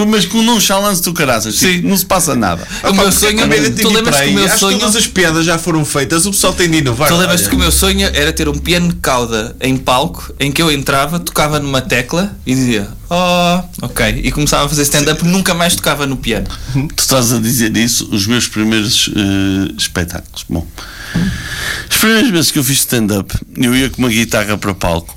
Speaker 5: mas com um chalance do caraças, sim, não se passa nada.
Speaker 2: O meu sonho. é
Speaker 3: A média
Speaker 2: Tu
Speaker 3: tinha
Speaker 2: lembras
Speaker 3: para
Speaker 2: que
Speaker 3: aí.
Speaker 2: o meu
Speaker 3: Acho que
Speaker 2: sonho.
Speaker 3: todas as piadas já foram feitas, o pessoal tem de inovar.
Speaker 2: Tu lembras-te que o
Speaker 3: Olha,
Speaker 2: meu sonho era ter um piano de cauda em palco em que eu entrava, tocava numa tecla e dizia Oh, ok. E começava a fazer stand-up, nunca mais tocava no piano.
Speaker 5: Tu estás a dizer isso, os meus primeiros eh, espetáculos. Bom, as primeiras vezes que eu fiz stand-up, eu ia com uma guitarra para palco,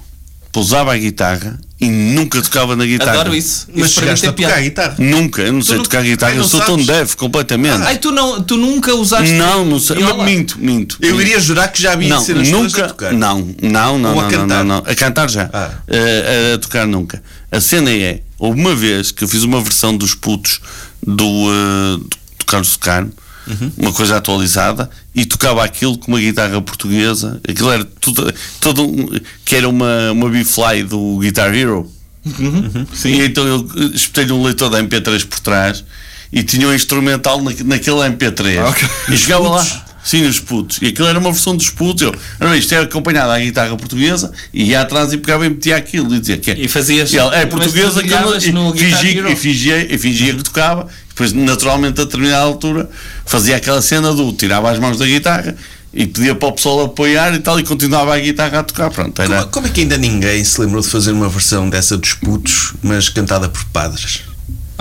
Speaker 5: pousava a guitarra e nunca tocava na guitarra.
Speaker 2: Adoro isso.
Speaker 3: Mas
Speaker 2: isso para mim
Speaker 3: chegaste
Speaker 2: tem
Speaker 3: a tocar a
Speaker 2: piano.
Speaker 3: guitarra.
Speaker 5: Nunca, eu não sei
Speaker 3: não-
Speaker 5: tocar guitarra,
Speaker 3: Ai,
Speaker 5: eu
Speaker 3: não
Speaker 5: sou tão
Speaker 3: sabes?
Speaker 5: deve completamente.
Speaker 2: Ai, tu, não, tu nunca usaste.
Speaker 5: não, não sei,
Speaker 2: viola?
Speaker 5: mas minto, minto.
Speaker 3: Eu
Speaker 5: minto.
Speaker 3: iria jurar que já havia
Speaker 5: não,
Speaker 3: cenas todas a
Speaker 5: nunca,
Speaker 3: tocar.
Speaker 5: não, não, não,
Speaker 3: Ou a
Speaker 5: não, não,
Speaker 3: cantar?
Speaker 5: não, não. a cantar já,
Speaker 3: Ah.
Speaker 5: Eh, a, tocar nunca. A cena é, houve uma vez que eu fiz uma versão dos putos do, eh, do- do Carlos do Carmo,
Speaker 3: Uhum.
Speaker 5: uma coisa atualizada, e tocava aquilo com uma guitarra portuguesa, aquilo era tudo, todo um- que era uma, uma B-Fly do Guitar Hero. E então eu eh, espetei-lhe um leitor da MP3 por trás e tinha um instrumental na, naquele MP3.
Speaker 2: Ah, ok.
Speaker 5: E chegava
Speaker 2: Putos.
Speaker 5: lá. Sim, os putos. E aquilo era uma versão dos putos. Eu, era isto era acompanhado à guitarra portuguesa e ia atrás e pegava e metia aquilo e dizia que é.
Speaker 2: E fazias-
Speaker 5: E ela, é
Speaker 2: mas tu
Speaker 5: portuguesa que
Speaker 2: ligavas no
Speaker 5: eu
Speaker 2: Guitar
Speaker 5: fingia,
Speaker 2: Hero.
Speaker 5: e fingia, e fingia que tocava. Depois, naturalmente, a determinada altura, fazia aquela cena do tirava as mãos da guitarra e pedia para o pessoal apoiar e tal. E continuava a guitarra a tocar. Pronto, era.
Speaker 3: Como, como é que ainda ninguém se lembrou de fazer uma versão dessa dos putos, mas cantada por padres?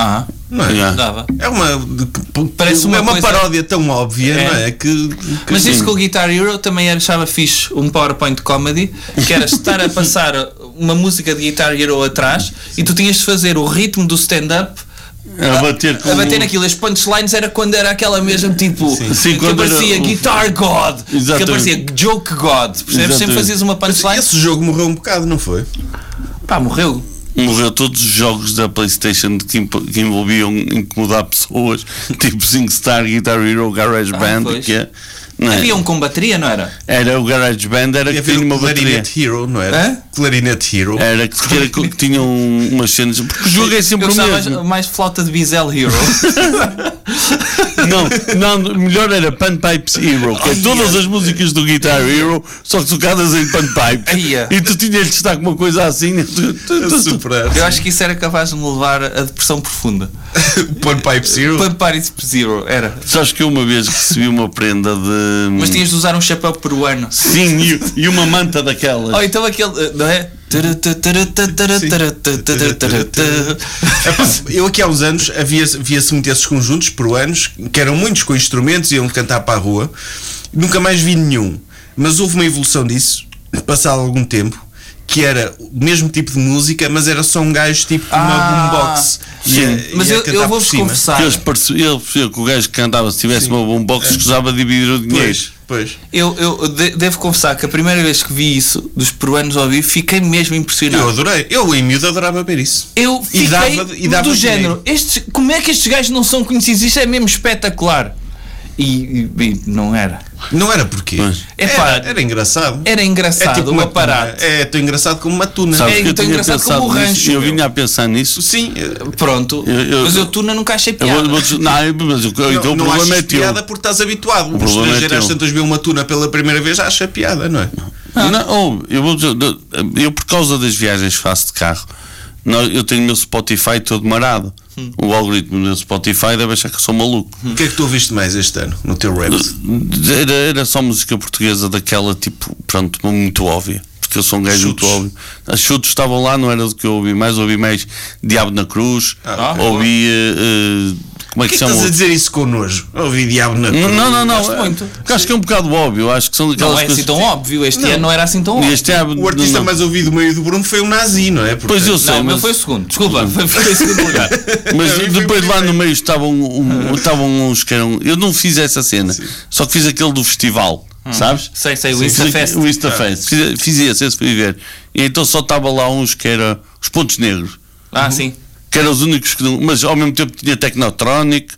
Speaker 2: Ah,
Speaker 3: Não é?
Speaker 5: Yeah.
Speaker 2: dava.
Speaker 3: É uma, de- que-
Speaker 2: Parece uma
Speaker 3: é uma
Speaker 2: coisa-
Speaker 3: paródia tão óbvia,
Speaker 2: É.
Speaker 3: não é? Que, que-
Speaker 2: Mas isso com o Guitar Hero também achava fixe um PowerPoint comedy, que era estar a passar uma música de Guitar Hero atrás e tu tinhas de fazer o ritmo do stand-up
Speaker 5: A bater com
Speaker 2: é a bater naquilo. As punchlines era quando era aquela mesmo tipo
Speaker 5: Sim,
Speaker 2: que
Speaker 5: quando
Speaker 2: aparecia
Speaker 5: era o-
Speaker 2: Guitar God, que
Speaker 5: Exatamente.
Speaker 2: aparecia Joke God. Percebes? Sempre
Speaker 5: Exatamente.
Speaker 2: fazias uma punchline.
Speaker 3: Esse jogo morreu um bocado, não foi?
Speaker 2: Pá, morreu.
Speaker 5: Morreu todos os jogos da Playstation que, impo- que envolviam incomodar pessoas, tipo SingStar, Guitar Hero, GarageBand,
Speaker 2: Ah, pois.
Speaker 5: que é, não é?
Speaker 2: Havia um com bateria, não era?
Speaker 5: Era o GarageBand, era
Speaker 3: E
Speaker 5: que
Speaker 3: havia
Speaker 5: tinha
Speaker 3: um
Speaker 5: uma bateria.
Speaker 3: Clarinet Hero, não era?
Speaker 2: Hã?
Speaker 3: Clarinet Hero.
Speaker 2: É.
Speaker 5: Era que, que era co- que tinham umas cenas. Porque o jogo é sempre
Speaker 2: Eu
Speaker 5: o
Speaker 2: gostava
Speaker 5: mesmo.
Speaker 2: mais flauta de Bizel Hero.
Speaker 5: Não, não, melhor era Panpipes Hero, que é todas as músicas do Guitar Hero, só que tocadas em panpipes.
Speaker 2: Ia.
Speaker 5: E tu tinhas de estar com uma coisa assim. tu- tu-
Speaker 3: A
Speaker 5: tu- tu-
Speaker 3: superar.
Speaker 2: Eu acho que isso era capaz de me levar a depressão profunda.
Speaker 3: Pan Pipe Zero.
Speaker 2: Pump Paris Zero, era.
Speaker 5: Sabes que eu uma vez recebi uma prenda de.
Speaker 2: Mas tinhas de usar um chapéu peruano.
Speaker 5: Sim, e, e uma manta daquelas.
Speaker 2: Ou então aquele, eh, não é?
Speaker 3: É, Eu aqui há uns anos havia- via-se muito esses conjuntos peruanos, que eram muitos com instrumentos, iam cantar para a rua. Nunca mais vi nenhum. Mas houve uma evolução disso, passado algum tempo, que era o mesmo tipo de música, mas era só um gajo tipo com uma
Speaker 2: Ah,
Speaker 3: boombox.
Speaker 5: sim.
Speaker 2: Mas eu, eu vou-vos confessar,
Speaker 5: Que eles parece- ele percebeu que o gajo que cantava, se tivesse uma
Speaker 2: É.
Speaker 5: boombox, escusava dividir o dinheiro.
Speaker 3: Pois, pois.
Speaker 2: eu, eu de- devo confessar que a primeira vez que vi isso, dos peruanos ao vivo, fiquei mesmo
Speaker 3: Eu
Speaker 2: impressionado.
Speaker 3: adorei. Eu em miúdo adorava ver isso.
Speaker 2: Eu
Speaker 3: E dava-
Speaker 2: fiquei
Speaker 3: e dava dinheiro.
Speaker 2: do género, estes, como é que estes gajos não são conhecidos? Isto é mesmo espetacular. E, e- e não era.
Speaker 3: Não era porquê.
Speaker 5: Pois.
Speaker 2: Epá,
Speaker 3: era, era engraçado. É
Speaker 2: Era engraçado o
Speaker 3: uma tuna.
Speaker 2: aparato.
Speaker 3: É tão engraçado como uma tuna. tipo,
Speaker 5: Sabes
Speaker 2: É,
Speaker 5: que eu
Speaker 2: então
Speaker 5: tinha
Speaker 2: engraçado
Speaker 5: pensado
Speaker 2: como o
Speaker 5: nisso,
Speaker 2: rancho,
Speaker 5: Eu
Speaker 2: meu.
Speaker 5: vinha a pensar nisso.
Speaker 3: Sim, eh,
Speaker 2: Pronto.
Speaker 5: Eu- eu-
Speaker 2: mas eu tuna nunca achei
Speaker 5: Eu
Speaker 2: piada.
Speaker 5: vou, vou dizer- não, eu- mas o-
Speaker 3: não,
Speaker 5: então o
Speaker 3: não
Speaker 5: problema
Speaker 3: achas
Speaker 5: é teu.
Speaker 3: piada porque estás habituado. O
Speaker 5: problema é
Speaker 3: estrangeiro às
Speaker 5: teu.
Speaker 3: tantas vê uma tuna pela primeira vez, acha piada, não é?
Speaker 2: Ah.
Speaker 5: Não, ou, eu, vou dizer, eu, por causa das viagens que faço de carro, nós- eu tenho o meu Spotify todo marado.
Speaker 2: Hum.
Speaker 5: O algoritmo do meu Spotify deve achar que eu sou maluco.
Speaker 3: O que é que tu ouviste mais este ano no teu rap? é
Speaker 5: Era, era só música portuguesa daquela, tipo, pronto, muito óbvia. Porque eu sou um gajo muito
Speaker 3: Chutes.
Speaker 5: óbvio. As chutes estavam lá, não era do que eu ouvi mais. Ouvi mais Diabo na Cruz.
Speaker 3: Ah,
Speaker 2: ok.
Speaker 5: ouvi. eh, eh, como é
Speaker 3: O que
Speaker 5: que,
Speaker 3: é que
Speaker 5: chama?
Speaker 3: estás a
Speaker 5: o-
Speaker 3: dizer isso com nojo? Ouvi diabo na
Speaker 5: Não,
Speaker 3: cruz.
Speaker 5: não, não. não.
Speaker 2: Gosto muito.
Speaker 5: Acho que é um bocado óbvio. Acho que são daquelas
Speaker 2: Não é assim
Speaker 5: coisas.
Speaker 2: tão óbvio. Este ano não era assim tão
Speaker 5: E
Speaker 2: óbvio.
Speaker 5: este é-
Speaker 3: O artista
Speaker 5: não-
Speaker 3: mais ouvido meio do Bruno foi o Nazi, não é? Porque
Speaker 5: Pois eu sei,
Speaker 2: Não, o meu
Speaker 5: mas,
Speaker 2: foi o segundo. Desculpa, foi, foi o segundo lugar.
Speaker 5: mas
Speaker 3: Não, eu fui
Speaker 5: depois lá
Speaker 3: primeiro.
Speaker 5: no meio estavam, um- estavam uns que eram. Eu não fiz essa cena, só que fiz aquele do festival, sabes?
Speaker 2: Hum, Sei, sei, o
Speaker 5: Sim,
Speaker 2: Insta
Speaker 5: fiz-
Speaker 2: Fest.
Speaker 5: O
Speaker 3: É.
Speaker 5: InstaFest. Fiz, fiz esse, esse fui ver. E então só estava lá uns que era os Pontos Negros,
Speaker 2: Ah, sim.
Speaker 5: que eram os únicos que não. Mas ao mesmo tempo tinha Tecnotronic.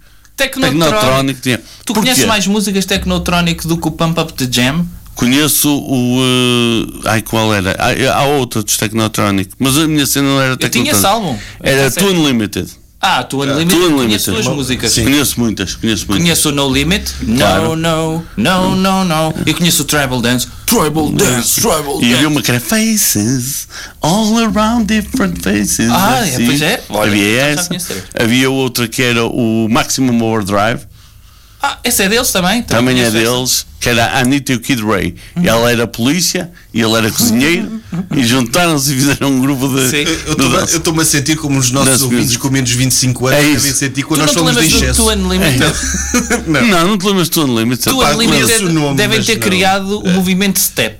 Speaker 2: Tecnotronic.
Speaker 5: tinha.
Speaker 2: Tu
Speaker 5: Porquê?
Speaker 2: conheces mais músicas Tecnotronic do que o Pump Up the Jam?
Speaker 5: Conheço o. eh, ai, qual era? Há, há outra dos Tecnotronic, mas a minha cena não era
Speaker 2: tinha
Speaker 5: Tecnotronic.
Speaker 2: esse é álbum.
Speaker 5: Era
Speaker 2: Essa
Speaker 5: Too Unlimited.
Speaker 2: Ah, tu
Speaker 5: Too
Speaker 2: Unlimited.
Speaker 5: Unlimited.
Speaker 2: Conheço duas músicas.
Speaker 3: Sim.
Speaker 5: Conheço muitas, conheço muitas.
Speaker 2: Conheço o No Limit.
Speaker 5: Claro.
Speaker 2: No, no, no, no, no. E conheço o Tribal Dance. Tribal Dance, Tribal
Speaker 5: E
Speaker 2: Dance.
Speaker 5: havia uma que era Faces, all around different faces. assim.
Speaker 2: Ah, é, pois é. Olha,
Speaker 5: havia
Speaker 2: então já
Speaker 5: essa.
Speaker 2: conheço três.
Speaker 5: Havia outra que era o Maximum Overdrive,
Speaker 2: Ah, esse é deles também?
Speaker 5: também é
Speaker 2: conheço essa.
Speaker 5: deles, que era a Anitta e o Kid Ray. Ela era polícia e ele era cozinheiro e juntaram-se e fizeram um grupo de.
Speaker 2: Sim.
Speaker 3: eu- eu
Speaker 5: de
Speaker 3: estou-me a-
Speaker 5: dança.
Speaker 3: eu estou-me a sentir como os nossos
Speaker 5: Dance
Speaker 3: ouvintes
Speaker 5: music.
Speaker 3: com menos de 25 anos
Speaker 5: É isso.
Speaker 3: devem sentir
Speaker 2: Tu
Speaker 3: quando
Speaker 2: não
Speaker 3: nós
Speaker 2: te
Speaker 3: somos de
Speaker 2: lembras do
Speaker 3: excesso.
Speaker 2: Tu Unlimited?
Speaker 5: não. não, te lembras de Tone Limits?
Speaker 2: Tu
Speaker 5: Epá,
Speaker 2: Unlimited
Speaker 3: conheço o nome,
Speaker 2: devem
Speaker 3: mas
Speaker 2: ter
Speaker 3: não.
Speaker 2: criado o movimento Step.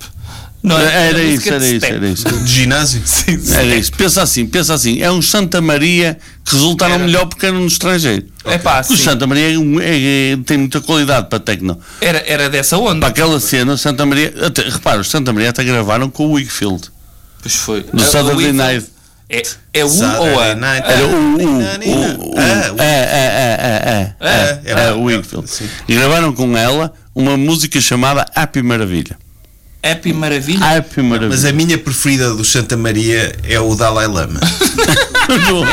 Speaker 2: Não é?
Speaker 5: Era
Speaker 2: A
Speaker 5: isso,
Speaker 2: música de
Speaker 5: era isso,
Speaker 2: step.
Speaker 5: era isso.
Speaker 3: De ginásio? Sim,
Speaker 5: Era isso. Pensa assim, pensa assim. É um Santa Maria que resultaram melhor porque eram no estrangeiro.
Speaker 2: É pá,
Speaker 5: O
Speaker 2: sim.
Speaker 5: Santa Maria é um- é- é- tem muita qualidade para tecno.
Speaker 2: Era, era dessa
Speaker 5: Para
Speaker 2: onda.
Speaker 5: aquela cena, o Santa Maria. Até, repara, os Santa Maria até gravaram com o Wigfield,
Speaker 2: Pois foi.
Speaker 5: do
Speaker 2: É,
Speaker 5: Saturday
Speaker 2: o-
Speaker 5: Night.
Speaker 2: É, é um ou a?
Speaker 5: é? Era um, o. o- o- o-
Speaker 3: Ah, o-
Speaker 5: É, é, é, é, é,
Speaker 3: É, é,
Speaker 5: é, é, o Wigfield.
Speaker 3: sim.
Speaker 5: E gravaram com ela uma música chamada Happy Maravilha.
Speaker 2: Happy Maravilha?
Speaker 3: Mas é
Speaker 5: Happy
Speaker 3: a
Speaker 5: Maravilha.
Speaker 3: minha preferida do Santa Maria é o Dalai Lama.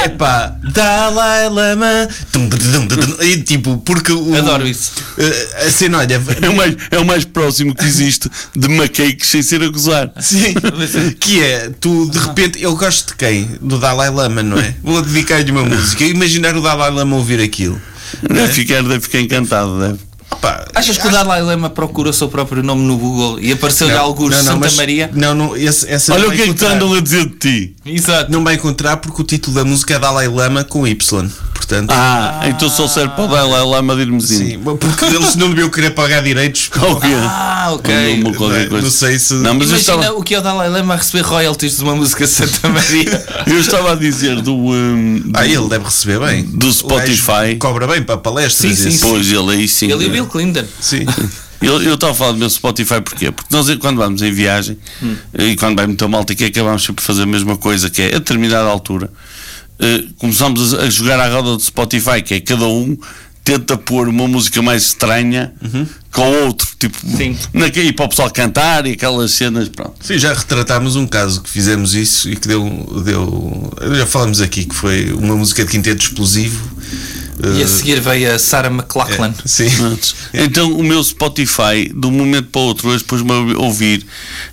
Speaker 3: Epá, Dalai Lama. Tum, tum, tum, tum, tum. E tipo, porque o.
Speaker 2: Adoro isso.
Speaker 3: Eh, a cena, olha.
Speaker 5: É o, mais, é o mais próximo que existe de macaques sem ser a gozar.
Speaker 3: Sim,
Speaker 2: eh,
Speaker 3: que é, tu de repente, eu gosto de quem? Do Dalai Lama, não é? Vou dedicar-lhe uma música. Imaginar o Dalai Lama ouvir aquilo.
Speaker 5: Deve ficar, deve ficar encantado, deve.
Speaker 3: Pá,
Speaker 2: Achas que o Dalai Lema procura o seu próprio nome no Google e apareceu-lhe alguns Santa
Speaker 3: mas-
Speaker 2: Maria?
Speaker 3: Não, não, esse- essa
Speaker 5: Olha
Speaker 3: não
Speaker 5: o
Speaker 3: vai
Speaker 5: que é que te
Speaker 3: encontrar.
Speaker 5: andam a dizer de ti.
Speaker 2: Exato.
Speaker 3: Não vai encontrar porque o título da música é Dalai Lama com Y. Portanto,
Speaker 5: Ah, então só serve para o Dalai Lama de
Speaker 3: sim,
Speaker 5: Irmezinho.
Speaker 3: porque eles não deviam querer pagar direitos.
Speaker 5: Qualquer.
Speaker 2: Ah,
Speaker 5: Ou
Speaker 2: ok.
Speaker 5: numa qualquer
Speaker 3: Não
Speaker 5: coisa.
Speaker 3: sei se-
Speaker 5: Não, mas eu
Speaker 2: Imagina
Speaker 5: estava,
Speaker 2: o que é o Dalai Lama a receber royalties de uma música de Santa Maria.
Speaker 5: eu estava a dizer do. hum, do-
Speaker 3: Ah, ele deve receber bem.
Speaker 5: Do
Speaker 3: O
Speaker 5: Spotify.
Speaker 3: gajo Cobra bem para palestras.
Speaker 2: Sim,
Speaker 3: esse.
Speaker 2: sim,
Speaker 5: Pois ele aí sim.
Speaker 2: Ele e o Bill Clinton.
Speaker 3: Sim.
Speaker 5: Eu, eu estava a falar do meu Spotify porquê? Porque nós quando vamos em viagem
Speaker 2: Hum.
Speaker 5: e quando vai muita malta que acabamos sempre por fazer a mesma coisa, que é a determinada altura eh, começamos a, a jogar à roda do Spotify, que é cada um tenta pôr uma música mais estranha com outro, tipo,
Speaker 2: Uhum. Sim.
Speaker 5: naque- e para o pessoal cantar e aquelas cenas, pronto.
Speaker 3: Sim, já retratámos um caso que fizemos isso e que deu. deu já falámos aqui que foi uma música de quinteto explosivo.
Speaker 2: E
Speaker 3: Eh,
Speaker 2: a seguir veio a Sarah McLachlan.
Speaker 3: Sim.
Speaker 5: Pronto. Então o meu Spotify, de um momento para o outro, hoje depois me a ouvir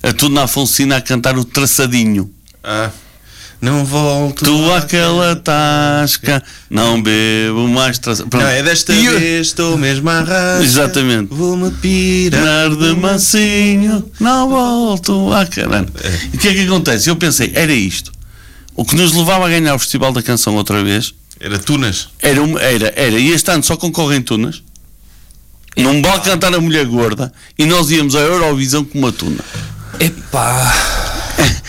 Speaker 5: a Tuna Afonsina a cantar o traçadinho.
Speaker 3: Ah, não volto.
Speaker 5: Tu aquela tasca, não bebo mais traçadinho.
Speaker 3: Não, é desta
Speaker 5: E eu-
Speaker 3: vez estou mesmo à rasca.
Speaker 5: Exatamente.
Speaker 3: Vou-me pirar.
Speaker 5: Andar de mansinho, não volto a caramba. E o que é que acontece? Eu pensei, era isto. O que nos levava a ganhar o Festival da Canção outra vez
Speaker 3: Era Tunas.
Speaker 5: era, uma- era, era e este ano só concorrem tunas.
Speaker 2: É.
Speaker 5: Não vale cantar a mulher gorda e nós íamos à Eurovisão com uma tuna.
Speaker 2: Epá.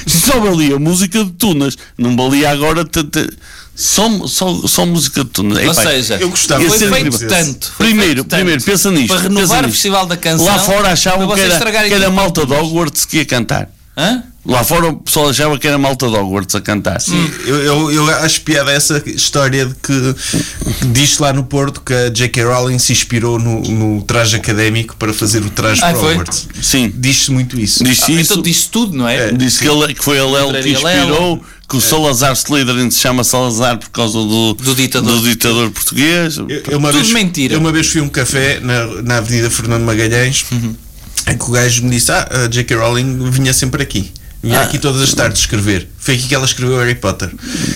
Speaker 5: Só valia música de tunas, não valia agora te- te- só, só, só música de tunas.
Speaker 2: Ou
Speaker 5: Epá,
Speaker 2: seja,
Speaker 3: eu gostava.
Speaker 2: foi
Speaker 5: Esse é
Speaker 2: feito
Speaker 3: incrível.
Speaker 2: tanto. foi
Speaker 5: primeiro,
Speaker 2: feito tanto
Speaker 5: primeiro, pensa nisto.
Speaker 2: Para
Speaker 5: pensa
Speaker 2: renovar o
Speaker 5: nisto.
Speaker 2: Festival da Canção.
Speaker 5: Lá fora
Speaker 2: para
Speaker 5: achavam que
Speaker 2: vocês
Speaker 5: era,
Speaker 2: estragarem
Speaker 5: que era
Speaker 2: tudo.
Speaker 5: malta de Hogwarts que ia cantar.
Speaker 2: Hã?
Speaker 5: Lá fora o pessoal achava que era malta de Hogwarts a cantar.
Speaker 3: Eu, eu, eu acho piada essa história de que diz lá no Porto que a J.K. Rowling se inspirou no, no traje académico para fazer o traje
Speaker 2: Ah,
Speaker 3: para
Speaker 2: foi?
Speaker 3: Hogwarts.
Speaker 5: Sim.
Speaker 3: Diz-se muito isso.
Speaker 5: Disse isso.
Speaker 2: Então disse tudo, não é?
Speaker 5: Disse que, ele, que foi a Lel que
Speaker 2: Livraria Lelo.
Speaker 5: inspirou, que o Salazar Slytherin se chama Salazar por causa do,
Speaker 2: Do ditador.
Speaker 5: do ditador português. Tipo,
Speaker 3: Eu, eu uma
Speaker 2: Hum. Tudo
Speaker 3: vez,
Speaker 2: mentira.
Speaker 3: Eu uma vez fui a um café na, na Avenida Fernando Magalhães
Speaker 2: Uhum.
Speaker 3: em que o gajo me disse: Ah, a J.K. Rowling vinha sempre aqui.
Speaker 2: Ah.
Speaker 3: Vinha aqui todas as tardes escrever. Foi aqui que ela escreveu Harry Potter.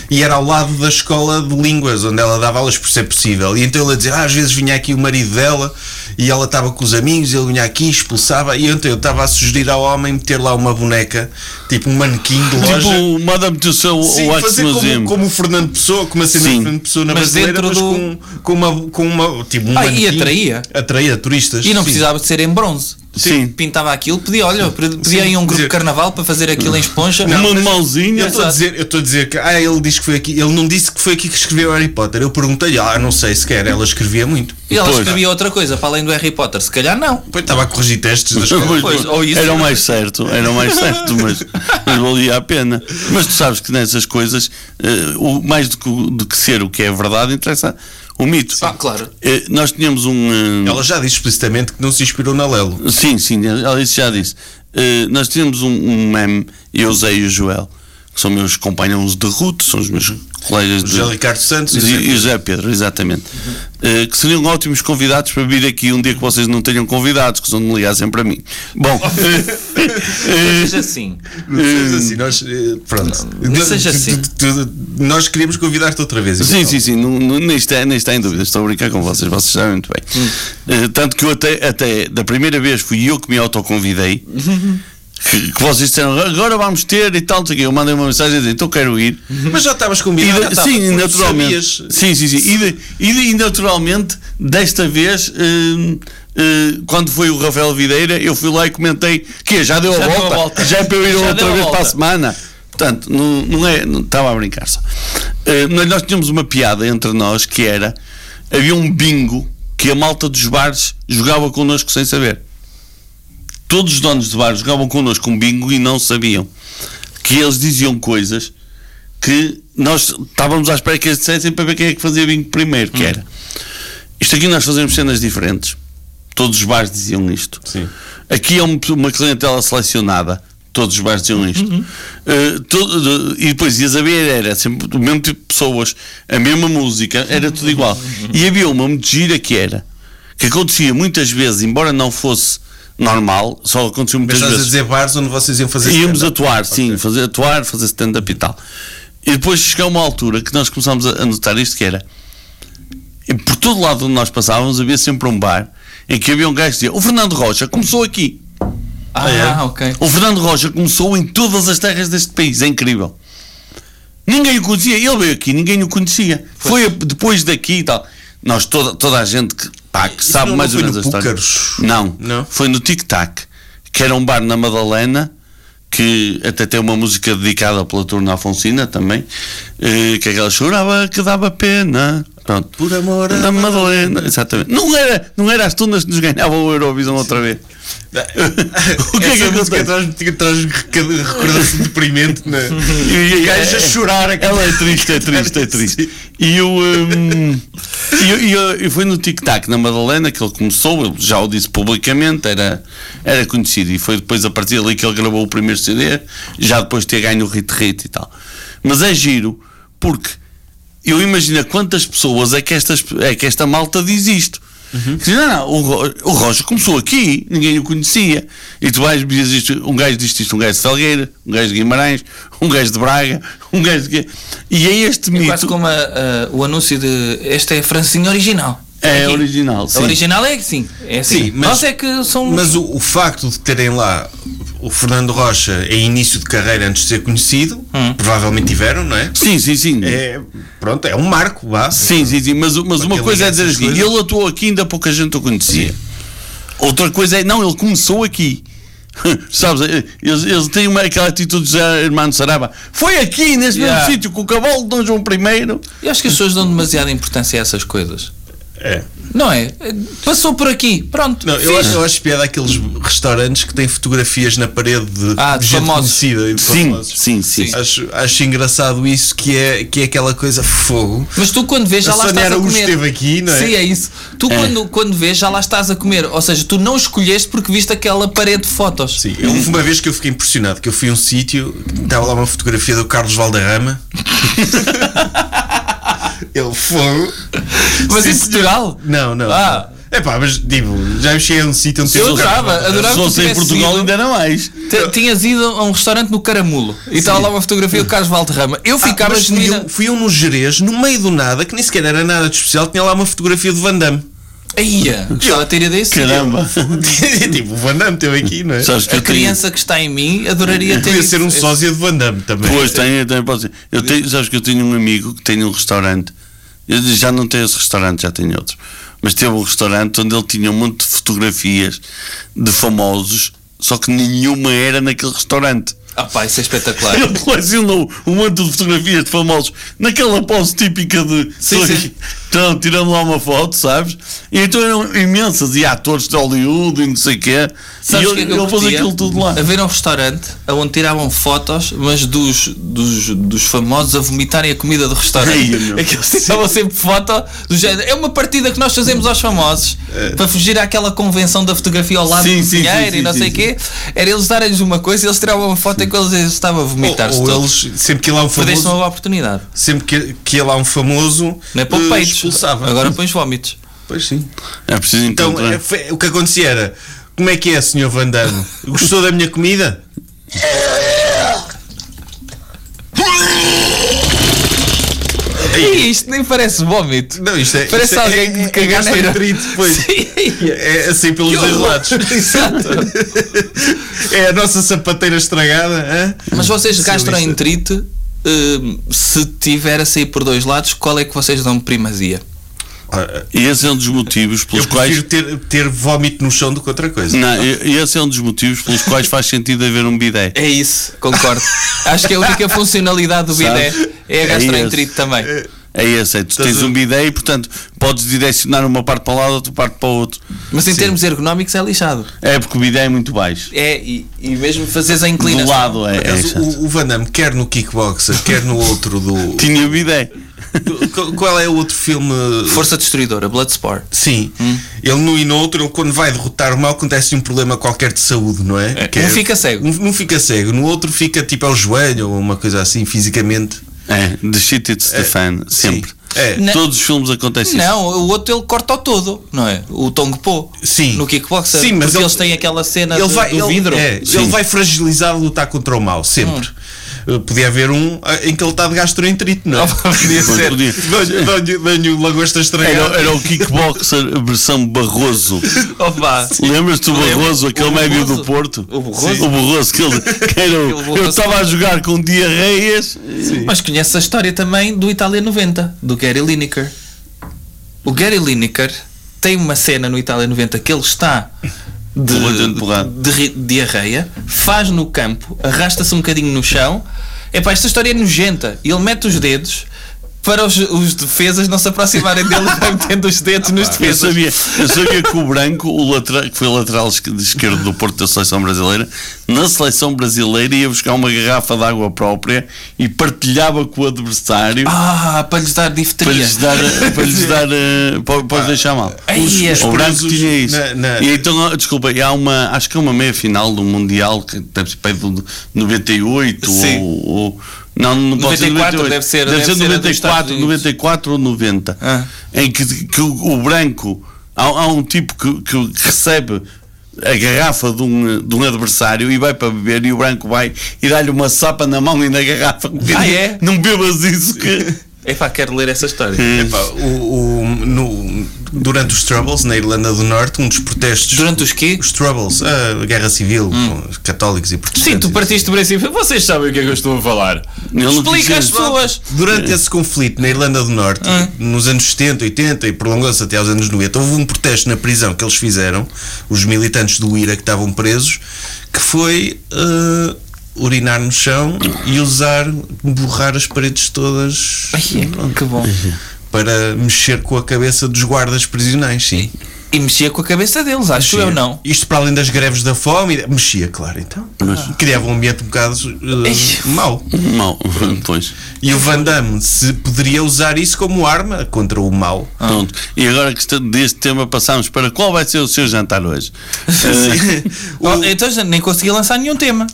Speaker 3: E era ao lado da escola de línguas, onde ela dava aulas por ser possível. E então ele a dizer: ah, às vezes vinha aqui o marido dela e ela estava com os amigos, ele vinha aqui, expulsava. E então eu estava a sugerir ao homem meter lá uma boneca, tipo um manequim de loja.
Speaker 5: Tipo
Speaker 2: um
Speaker 5: o Madame Tussauds
Speaker 3: Sim,
Speaker 5: o Wax
Speaker 3: fazer como,
Speaker 5: Museum.
Speaker 3: como o Fernando Pessoa, como a cena
Speaker 5: Sim.
Speaker 3: do Fernando Pessoa na
Speaker 2: Mas
Speaker 3: brasileira,
Speaker 2: dentro
Speaker 3: mas
Speaker 2: do-
Speaker 3: com, com uma. Com uma tipo, um
Speaker 2: Ah, e
Speaker 3: manequim.
Speaker 2: atraía.
Speaker 3: Atraía turistas.
Speaker 2: E não
Speaker 3: Sim.
Speaker 2: precisava de ser em bronze. Tipo,
Speaker 5: Sim.
Speaker 2: Pintava aquilo, pedia, olha, pedia
Speaker 3: Sim,
Speaker 2: aí um grupo
Speaker 3: dizer-
Speaker 2: de carnaval para fazer aquilo em esponja.
Speaker 5: Uma
Speaker 3: mas-
Speaker 5: mãozinha.
Speaker 3: Eu estou a
Speaker 2: Exato.
Speaker 3: dizer, eu estou a dizer que ah, ele diz que foi aqui, ele não disse que foi aqui que escreveu Harry Potter. Eu perguntei-lhe, ah, não sei sequer, ela escrevia muito.
Speaker 2: E ela
Speaker 5: Pois.
Speaker 2: escrevia outra coisa para além do Harry Potter. Se calhar não.
Speaker 3: Depois estava a corrigir testes da escola.
Speaker 5: Pois,
Speaker 2: Pois, ou isso-
Speaker 5: era o mais certo, era o mais certo, mas, mas valia a pena. Mas tu sabes que nessas coisas, eh, o, mais do que, o- do que ser o que é verdade, interessa o mito.
Speaker 2: Ah, claro.
Speaker 5: Eh, nós tínhamos um. eh,
Speaker 3: Ela já disse explicitamente que não se inspirou na Lelo.
Speaker 5: Sim, sim, ela isso já disse. Eh, nós tínhamos um, um meme, eu, Zé e o Joel, que são meus companheiros de ruto, são os meus colegas de.
Speaker 3: José Ricardo Santos e
Speaker 5: E-
Speaker 3: Zé
Speaker 5: e José Pedro, exatamente. Eh, que seriam ótimos convidados para vir aqui um dia que vocês não tenham convidados, que são de ligar sempre a mim. Bom, eh,
Speaker 2: Seja assim.
Speaker 3: Não seja assim, nós. eh, Pronto.
Speaker 2: Não seja assim.
Speaker 3: Tu- tu- tu- Nós queríamos convidar-te outra vez. então.
Speaker 5: Sim,
Speaker 3: Emanuel.
Speaker 5: sim, sim, não, não, nem, está, nem está em dúvida, estou a brincar com vocês, vocês sabem muito bem.
Speaker 2: Hum.
Speaker 5: Eh, tanto que eu até, até da primeira vez fui eu que me autoconvidei, que, que vocês disseram agora vamos ter e tal, não sei o quê. eu mandei uma mensagem a dizer então quero ir.
Speaker 2: Uhum.
Speaker 3: Mas já estavas
Speaker 5: E
Speaker 3: comigo.
Speaker 5: de- sim, naturalmente. Sim, sim, sim. E, de- e de- e naturalmente, desta vez, hum, hum, quando foi o Rafael Videira, eu fui lá e comentei que já deu a,
Speaker 2: Já deu a
Speaker 5: volta,
Speaker 2: volta.
Speaker 5: já é para eu ir
Speaker 2: Já
Speaker 5: outra
Speaker 2: deu a
Speaker 5: vez
Speaker 2: volta.
Speaker 5: para a semana. Portanto, não, não é. não- Estava a brincar só. Eh, mas nós tínhamos uma piada entre nós que era: havia um bingo que a malta dos bares jogava connosco sem saber todos os donos de bares jogavam connosco um bingo e não sabiam que eles diziam coisas que nós estávamos à espera que eles dissessem para ver quem é que fazia bingo primeiro,
Speaker 2: Hum.
Speaker 5: que era. Isto aqui nós fazemos cenas diferentes. Todos os bares diziam isto. Aqui é um- uma clientela selecionada. Todos os bares diziam isto.
Speaker 3: Uhum.
Speaker 5: Eh, todo- e depois ias a ver, era sempre o mesmo tipo de pessoas, a mesma música, era
Speaker 3: Uhum.
Speaker 5: tudo igual. E havia uma muito gira que era, que acontecia muitas vezes, embora não fosse normal, só acontecia
Speaker 3: Mas
Speaker 5: muitas
Speaker 3: estás a
Speaker 5: vezes.
Speaker 3: dizer bares onde vocês iam fazer
Speaker 5: Íamos
Speaker 3: stand-up.
Speaker 5: atuar, sim, fazer atuar, fazer stand-up e tal. E depois chegou uma altura que nós começámos a a notar isto que era e por todo lado onde nós passávamos havia sempre um bar em que havia um gajo que dizia o Fernando Rocha começou aqui.
Speaker 2: Ah,
Speaker 3: é?
Speaker 2: ok.
Speaker 5: O Fernando Rocha começou em todas as terras deste país, é incrível. Ninguém o conhecia, ele veio aqui, ninguém o conhecia. Foi a- depois daqui e tal. Nós, toda, toda a gente que, pá, que
Speaker 3: Isso
Speaker 5: sabe
Speaker 3: não-
Speaker 5: mais
Speaker 3: não
Speaker 5: ou
Speaker 3: foi
Speaker 5: menos a
Speaker 3: no
Speaker 5: história.
Speaker 3: Púcaros?
Speaker 5: Não,
Speaker 3: Não?
Speaker 5: foi no Tic Tac, que era um bar na Madalena, que até tem uma música dedicada pela turma Afonsina também, eh, que aquela chorava que dava pena. Pronto.
Speaker 3: Por amor à
Speaker 5: Na Madalena, exatamente. Não era, não era as tunas que nos ganhavam o Eurovisão outra vez.
Speaker 3: o
Speaker 5: que é que acontece?
Speaker 3: traz-me traz recordação deprimente é? na
Speaker 5: E a
Speaker 3: gaja a chorar aqui.
Speaker 5: É. Ela é triste, é triste, é triste. E eu, hum, e eu, e eu- e foi no Tic Tac, na Madalena, que ele começou, eu já o disse publicamente, era, era conhecido. E foi depois a partir dali que ele gravou o primeiro CD, já depois de ter ganho o Hit Hit e tal. Mas é giro, porque eu imagino a quantas pessoas é que, estas, é que esta malta diz isto.
Speaker 2: Uhum.
Speaker 5: Que diz, não, não, o, Ro- o Rocha começou aqui, ninguém o conhecia. E tu vais, dizes isto, um gajo diz isto, um gajo de Felgueira, um gajo de Guimarães, um gajo de Braga, um gajo de. quê? E é este
Speaker 2: É
Speaker 5: mito.
Speaker 2: quase como a- a- o anúncio de esta é a Francinha original.
Speaker 5: É
Speaker 2: Aqui.
Speaker 5: original, sim.
Speaker 2: A original é que sim. É assim.
Speaker 3: Sim, mas-
Speaker 2: Nós é que somos.
Speaker 3: Mas o, o facto de terem lá o Fernando Rocha em início de carreira antes de ser conhecido, provavelmente tiveram, não é?
Speaker 5: Hum. Sim, sim, sim.
Speaker 3: É, pronto, é um marco, vá.
Speaker 5: Sim, sim, sim. Mas, mas uma
Speaker 3: ele
Speaker 5: coisa é
Speaker 3: liga
Speaker 5: dizer
Speaker 3: essas
Speaker 5: assim:
Speaker 3: coisas.
Speaker 5: ele atuou aqui, ainda pouca gente o conhecia. Outra coisa é, não, ele começou aqui. Sabes, eles, eles têm uma, aquela atitude de Zé Hermano Saraba. Foi aqui, nesse
Speaker 2: Yeah.
Speaker 5: mesmo sítio, com o cavalo de Dom João I.
Speaker 2: Eu acho que as pessoas dão demasiada importância a essas coisas.
Speaker 3: É.
Speaker 2: Não é? Passou por aqui, pronto.
Speaker 3: Não, eu,
Speaker 2: fixe.
Speaker 3: acho, eu acho piada aqueles restaurantes que têm fotografias na parede de,
Speaker 2: Ah, de
Speaker 3: gente
Speaker 2: famosos.
Speaker 3: conhecida e de
Speaker 5: Sim,
Speaker 3: famosos.
Speaker 5: sim, sim.
Speaker 3: Acho, acho engraçado isso que é, que é aquela coisa fogo.
Speaker 2: Mas tu quando vês já
Speaker 3: A
Speaker 2: lá
Speaker 3: Sónia
Speaker 2: estás a
Speaker 3: Araújo
Speaker 2: comer.
Speaker 3: esteve aqui, não é?
Speaker 2: Sim, é isso. Tu Quando, quando vês já lá estás a comer. Ou seja, tu não escolheste porque viste aquela parede de fotos.
Speaker 3: Sim, eu, houve uma vez que eu fiquei impressionado, que eu fui a um sítio, estava lá uma fotografia do Carlos Valderrama. Ele fogo.
Speaker 2: Mas
Speaker 3: Sim,
Speaker 2: em
Speaker 3: senhor.
Speaker 2: Portugal?
Speaker 3: Não, não.
Speaker 2: Ah.
Speaker 3: É pá, mas digo, já me cheguei a um sítio onde
Speaker 2: Eu
Speaker 3: teve o Carlos Valderrama.
Speaker 2: adorava,
Speaker 5: Se
Speaker 2: adorava que
Speaker 5: fosse em
Speaker 2: tivesse
Speaker 5: Portugal,
Speaker 2: ido-
Speaker 5: ainda não mais.
Speaker 2: T- Tinhas ido a um restaurante no Caramulo e estava lá uma fotografia do Carlos Valderrama. Eu
Speaker 3: Ah,
Speaker 2: ficava
Speaker 3: mas fui
Speaker 2: genuína.
Speaker 3: eu, fui eu no Jerez, no meio do nada, que nem sequer era nada de especial, tinha lá uma fotografia do Van Damme.
Speaker 2: Eia, gostava de ter ido a esse sítio.
Speaker 5: Caramba.
Speaker 3: tipo, o Van Damme teve aqui, não é?
Speaker 5: Sabes que
Speaker 2: A
Speaker 5: eu tenho.
Speaker 2: criança que está em mim adoraria ter
Speaker 3: Podia
Speaker 2: ido
Speaker 3: ser um
Speaker 2: esse-
Speaker 3: sósia do Van Damme também.
Speaker 5: Pois tem, tem, pode ser. Eu tenho, sabes que eu tenho um amigo que tem um restaurante. Eu já não tenho esse restaurante, já tenho outro. Mas teve um restaurante onde ele tinha um monte de fotografias de famosos, só que nenhuma era naquele restaurante.
Speaker 2: Ah, pá, isso é espetacular.
Speaker 5: Ele colecionou um monte de fotografias de famosos naquela pose típica de.
Speaker 2: Sim, sim.
Speaker 5: Então, tirando lá uma foto, sabes? E então eram imensas, e atores de Hollywood e não sei o quê.
Speaker 2: Sabes
Speaker 5: e
Speaker 2: o que é que
Speaker 5: ele,
Speaker 2: eu
Speaker 5: ele fez
Speaker 2: curtia?
Speaker 5: aquilo tudo lá.
Speaker 2: Haver um restaurante onde tiravam fotos, mas dos, dos, dos famosos a vomitarem a comida do restaurante.
Speaker 5: Ai, meu.
Speaker 2: Aqueles tiravam sempre foto do género. É uma partida que nós fazemos aos famosos para fugir àquela convenção da fotografia ao lado
Speaker 5: É. Sim,
Speaker 2: do
Speaker 5: sim,
Speaker 2: dinheiro
Speaker 5: sim,
Speaker 2: e
Speaker 5: sim,
Speaker 2: não
Speaker 5: sim,
Speaker 2: sei o
Speaker 5: sim.
Speaker 2: quê. Era eles darem-lhes uma coisa e eles tiravam uma foto em que eles estavam a vomitar-se
Speaker 3: ou, ou
Speaker 2: todos.
Speaker 3: eles, sempre que ia lá um
Speaker 2: Perdeste uma
Speaker 3: famoso,
Speaker 2: boa oportunidade.
Speaker 3: sempre que, que ia lá um famoso,
Speaker 2: Não é para
Speaker 3: eh,
Speaker 2: peitos.
Speaker 3: expulsava.
Speaker 2: Agora pões vómitos.
Speaker 3: Pois sim.
Speaker 5: É preciso
Speaker 3: Então,
Speaker 5: encontrar.
Speaker 3: eh, foi- o que acontecia era, como é que é, senhor Van Damme? Gostou da minha comida?
Speaker 2: E isto nem parece vómito.
Speaker 3: Não, isto é.
Speaker 2: Parece
Speaker 3: isto é-
Speaker 2: alguém que
Speaker 3: é, é
Speaker 2: cagaste
Speaker 3: gastroenterite, pois. É assim pelos
Speaker 2: Que
Speaker 3: dois
Speaker 2: horror.
Speaker 3: lados. Exato. é a nossa sapateira estragada. hã?
Speaker 2: Mas vocês
Speaker 3: Especialista.
Speaker 2: gastroenterite, hum, se tiver a sair por dois lados, qual é que vocês dão primazia?
Speaker 3: Ah,
Speaker 5: E esse é um dos motivos pelos
Speaker 3: Eu prefiro
Speaker 5: quais.
Speaker 3: ter, ter vómito no chão do que outra coisa.
Speaker 5: Não, e- e esse é um dos motivos pelos quais faz sentido haver um bidé.
Speaker 2: É isso, concordo. Acho que é a única funcionalidade do bidé
Speaker 5: Sabe?
Speaker 2: é
Speaker 5: É
Speaker 2: a gastroenterite
Speaker 5: esse.
Speaker 2: também.
Speaker 5: É esse, é, tu
Speaker 3: Estás
Speaker 5: tens
Speaker 3: a-
Speaker 5: um bidé e, portanto, podes direcionar uma parte para um lado, outra parte para o outro.
Speaker 2: Mas em termos ergonómicos é lixado.
Speaker 5: É porque o bidé é muito baixo.
Speaker 2: É, e, e mesmo fazeres a
Speaker 5: Do
Speaker 2: inclinação.
Speaker 5: lado é. é
Speaker 3: Mas
Speaker 5: chato.
Speaker 3: o, o Van Damme, quer no kickboxer, quer no outro do.
Speaker 2: Tipo,
Speaker 5: Tinha bidé.
Speaker 3: Qu- Qual é o outro filme?
Speaker 2: Força destruidora, Bloodsport.
Speaker 3: Sim. Ele no e no outro, ele quando vai derrotar o mal, acontece um problema qualquer de saúde, não é? Que
Speaker 2: um fica cego.
Speaker 3: Um, um fica cego, no outro fica tipo ao joelho ou uma coisa assim, fisicamente.
Speaker 5: É, the shit hits the fan, sempre.
Speaker 3: Sim. É.
Speaker 2: Não.
Speaker 5: Todos os filmes acontecem assim. isso.
Speaker 2: Não, o outro ele corta o todo, não é? O Tong Po.
Speaker 3: Sim.
Speaker 2: No kickboxer.
Speaker 3: Sim, mas
Speaker 2: porque
Speaker 3: ele-
Speaker 2: eles têm aquela cena
Speaker 3: ele
Speaker 2: do,
Speaker 3: vai,
Speaker 2: do
Speaker 3: ele,
Speaker 2: vidro.
Speaker 3: é, ele vai fragilizar a lutar contra o mal, sempre. Uh, Podia haver um ah, em que ele está de gastroenterite, não é? Podia
Speaker 5: Pois
Speaker 3: ser.
Speaker 5: podia.
Speaker 3: Dou-lhe- Dou-lhe dou-lhe o lagosta estragada.
Speaker 5: Era, era o kickboxer a versão Barroso.
Speaker 2: Opa.
Speaker 5: Lembras-te do
Speaker 2: Lembro.
Speaker 5: Barroso, aquele
Speaker 2: O
Speaker 5: médio
Speaker 2: Barroso.
Speaker 5: do Porto?
Speaker 2: O Barroso.
Speaker 5: Sim. O Barroso, que ele. que era o-
Speaker 2: Aquele Barroso.
Speaker 5: eu estava a jogar com diarreias.
Speaker 2: Mas conhece a história também do Itália 90, do Gary Lineker. O Gary Lineker tem uma cena no Itália 90 que ele está de,
Speaker 5: Borralhando porrada.
Speaker 2: de, ri- diarreia, faz no campo, arrasta-se um bocadinho no chão. Epá, esta história é nojenta. Ele mete os dedos para os, os defesas não se aproximarem dele, vai metendo os dedos nos
Speaker 5: Eu
Speaker 2: defesas.
Speaker 5: sabia, eu sabia que o Branco, o lateral, que foi o lateral esque- de esquerdo do Porto da Seleção Brasileira, na Seleção Brasileira ia buscar uma garrafa de água própria e partilhava com o adversário
Speaker 2: Ah, para lhes dar
Speaker 5: para
Speaker 2: difteria.
Speaker 5: lhes dar, para lhes dar, eh, para,
Speaker 3: Ah,
Speaker 5: para os deixar mal.
Speaker 2: Ai, é.
Speaker 5: o Branco
Speaker 3: presos
Speaker 5: tinha isso.
Speaker 3: na- na-
Speaker 5: E então, ah, desculpa, e há uma, acho que é uma meia-final do Mundial, que deve ser perto de 98
Speaker 2: Sim.
Speaker 5: ou... ou- não, não pode ser
Speaker 2: 94
Speaker 5: 98.
Speaker 2: deve ser-
Speaker 5: Deve
Speaker 2: deve ser a
Speaker 5: ser
Speaker 2: dos
Speaker 5: 94,
Speaker 2: Estados Unidos.
Speaker 5: 94 ou 90,
Speaker 2: Ah.
Speaker 5: em que, que o, o branco, há, há um tipo que, que recebe a garrafa de um, de um adversário e vai para beber e o branco vai e dá-lhe uma sapa na mão e na garrafa. um
Speaker 2: Ah, é?
Speaker 5: Não bebas isso que...
Speaker 2: Epá, quero ler essa história.
Speaker 5: Hum.
Speaker 3: Epá, o- o- no- durante os Troubles, na Irlanda do Norte, um dos protestos.
Speaker 2: Durante os quê?
Speaker 3: Os Troubles, a guerra civil, com os católicos e protestantes.
Speaker 2: Hum. Sim, tu partiste do princípio. Vocês sabem o que é que eu estou a falar.
Speaker 5: não
Speaker 2: Explica
Speaker 5: quis
Speaker 2: às
Speaker 5: dizer.
Speaker 2: pessoas. É. Ah.
Speaker 3: Durante esse conflito na Irlanda do Norte, nos anos 70, 80 e prolongou-se até aos anos 90, houve um protesto na prisão que eles fizeram, os militantes do IRA que estavam presos, que foi eh, urinar no chão e usar, borrar as paredes todas.
Speaker 5: Uhum.
Speaker 2: Ai, é, que bom.
Speaker 3: para mexer com a cabeça dos guardas prisionais, sim.
Speaker 2: E mexia com a cabeça deles, acho eu,
Speaker 3: Mexia.
Speaker 2: não.
Speaker 3: Isto para além das greves da fome, mexia, claro, então. Criava um ambiente um bocado eh,
Speaker 2: Ei.
Speaker 3: mau.
Speaker 5: Mal, pois.
Speaker 3: E o Van Damme se poderia usar isso como arma contra o mal.
Speaker 5: Pronto. E agora que estamos deste tema passamos para qual vai ser o seu jantar hoje? Eh,
Speaker 2: Oh, então já nem conseguia lançar nenhum tema.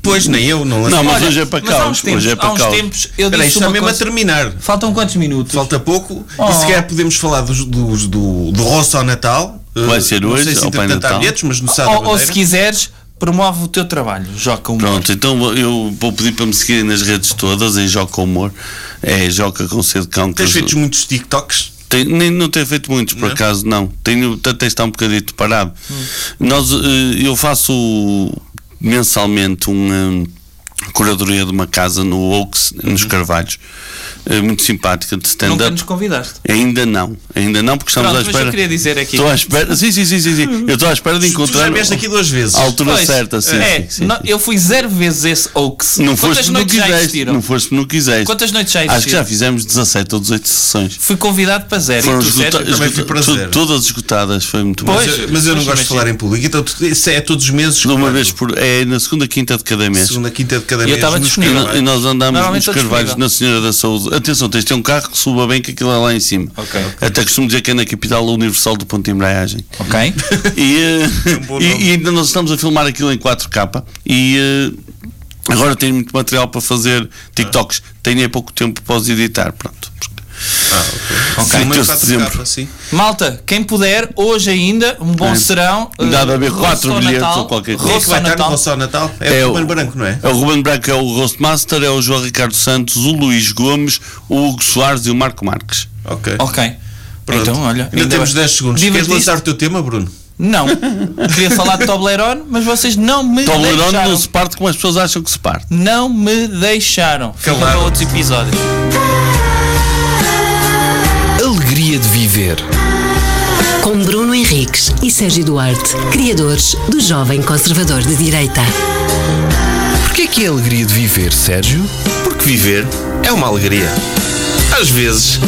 Speaker 3: Pois nem eu, não
Speaker 5: Não,
Speaker 3: lancei.
Speaker 5: mas hoje é para
Speaker 2: mas há uns
Speaker 5: caos.
Speaker 2: tempos,
Speaker 5: Hoje é
Speaker 2: há
Speaker 5: para
Speaker 2: uns
Speaker 5: caos.
Speaker 2: tempos eu
Speaker 3: Espera aí,
Speaker 2: disse
Speaker 3: está
Speaker 2: uma
Speaker 3: mesmo
Speaker 2: coisa.
Speaker 3: a terminar.
Speaker 2: Faltam quantos minutos?
Speaker 3: Falta pouco.
Speaker 2: Oh.
Speaker 3: E se calhar podemos falar dos, dos- do, do roço ao Natal.
Speaker 5: Vai
Speaker 3: Eh,
Speaker 5: ser
Speaker 3: não
Speaker 5: hoje,
Speaker 3: sei se
Speaker 5: ao Pai
Speaker 3: entretanto há
Speaker 5: Natal.
Speaker 3: bilhetes, mas no sábado.
Speaker 2: Ou, ou se quiseres, promove o teu trabalho. Joca um.
Speaker 5: Pronto, então vou- eu vou pedir para me seguirem nas redes todas, em Joca Humor, é Joca com C de Cão. que
Speaker 3: Tens
Speaker 5: eu-
Speaker 3: feito muitos TikToks.
Speaker 5: Tem- nem, não tenho feito muitos, por
Speaker 3: Não?
Speaker 5: acaso, não. Tenho, até está um bocadito parado. Nós, eh, eu faço mensalmente uma curadoria de uma casa no Oaks, nos Carvalhos, eh, muito simpática, de
Speaker 2: Nunca
Speaker 5: stand-up.
Speaker 2: nos convidaste.
Speaker 5: Ainda não, ainda não, porque estamos
Speaker 2: Pronto,
Speaker 5: à
Speaker 2: mas
Speaker 5: espera.
Speaker 2: eu queria dizer aqui.
Speaker 5: Estou à espera. Sim, sim, sim, sim. sim. Eu estou à espera de
Speaker 3: Tu
Speaker 5: encontrar.
Speaker 3: já vieste aqui duas vezes.
Speaker 5: a altura
Speaker 2: Pois,
Speaker 5: certa, sim.
Speaker 2: é,
Speaker 5: sim, sim,
Speaker 2: não-
Speaker 5: sim.
Speaker 2: Eu fui zero vezes esse Oaks.
Speaker 5: Não
Speaker 2: Quantas
Speaker 5: foste no
Speaker 2: noites
Speaker 5: que
Speaker 2: já
Speaker 5: quiseste.
Speaker 2: existiram?
Speaker 5: Não foste no que quiseste.
Speaker 2: Quantas noites já
Speaker 5: Acho que já
Speaker 2: existiram?
Speaker 5: fizemos 17 ou 18 sessões.
Speaker 2: Fui convidado para zero.
Speaker 5: Foram
Speaker 2: e tu
Speaker 5: esgota-
Speaker 2: zero?
Speaker 3: também fui
Speaker 5: esgota-
Speaker 3: para
Speaker 5: tu-
Speaker 3: zero.
Speaker 5: todas esgotadas, foi muito bom.
Speaker 3: Mas, eu- mas eu não
Speaker 2: Pois,
Speaker 3: gosto
Speaker 2: mas
Speaker 3: de falar
Speaker 2: sim.
Speaker 3: em público, então tu- isso é todos os meses.
Speaker 5: De uma
Speaker 3: claro.
Speaker 5: vez por. É na segunda, quinta de cada mês.
Speaker 3: Segunda, quinta de cada mês.
Speaker 2: estava
Speaker 3: nos
Speaker 5: E
Speaker 2: disponível. é?
Speaker 5: no-
Speaker 3: carnavais.
Speaker 5: e nós andámos
Speaker 2: Normalmente
Speaker 5: nos
Speaker 2: estou
Speaker 5: Carvalhos
Speaker 2: disponível.
Speaker 5: na Senhora da Saúde. Atenção, tens de ter um carro que suba bem, que aquilo é lá em cima.
Speaker 2: Ok.
Speaker 5: Até costumo dizer que é na capital universal do ponto de embreagem.
Speaker 2: Ok.
Speaker 5: E, eh,
Speaker 3: um bom
Speaker 5: e-
Speaker 3: nome.
Speaker 5: e ainda nós estamos a filmar aquilo em 4K e eh, agora tenho muito material para fazer TikToks. Tenho é pouco tempo para os editar, pronto.
Speaker 3: Sim, mas
Speaker 5: 14 de
Speaker 3: 4K,
Speaker 5: dezembro.
Speaker 3: sim.
Speaker 2: Malta, quem puder, hoje ainda, um bom
Speaker 5: É.
Speaker 2: serão.
Speaker 5: Dá de haver
Speaker 2: eh,
Speaker 5: quatro
Speaker 2: rosto ao
Speaker 5: bilhetes
Speaker 2: Natal,
Speaker 5: ou qualquer coisa.
Speaker 3: Quem é que
Speaker 2: Rosto
Speaker 3: vai
Speaker 2: ao
Speaker 3: estar no
Speaker 2: Natal.
Speaker 3: roço ao Natal? É, o Ruben
Speaker 5: o-
Speaker 3: Branco, não é?
Speaker 5: É o Ruben Branco, é o Ghostmaster, é o João Ricardo Santos, o Luís Gomes, o Hugo Soares e o Marco Marques.
Speaker 3: Ok.
Speaker 2: Ok.
Speaker 3: Pronto.
Speaker 2: oh, Então, olha.
Speaker 3: Ainda, temos
Speaker 2: bem.
Speaker 3: 10 segundos. Queres
Speaker 2: Divertiste?
Speaker 3: lançar o teu tema, Bruno?
Speaker 2: Não. Queria falar de Toblerone, mas vocês não me
Speaker 5: Tolerone
Speaker 2: deixaram.
Speaker 5: não se parte como as pessoas acham que se parte.
Speaker 2: Não me deixaram. Fica
Speaker 3: Calaram.
Speaker 2: para outros episódios.
Speaker 6: Alegria de viver.
Speaker 4: Com Bruno Henriques e Sérgio Duarte, criadores do Jovem Conservador de Direita.
Speaker 6: Porquê que é alegria de viver, Sérgio?
Speaker 7: Porque viver é uma alegria. Às vezes.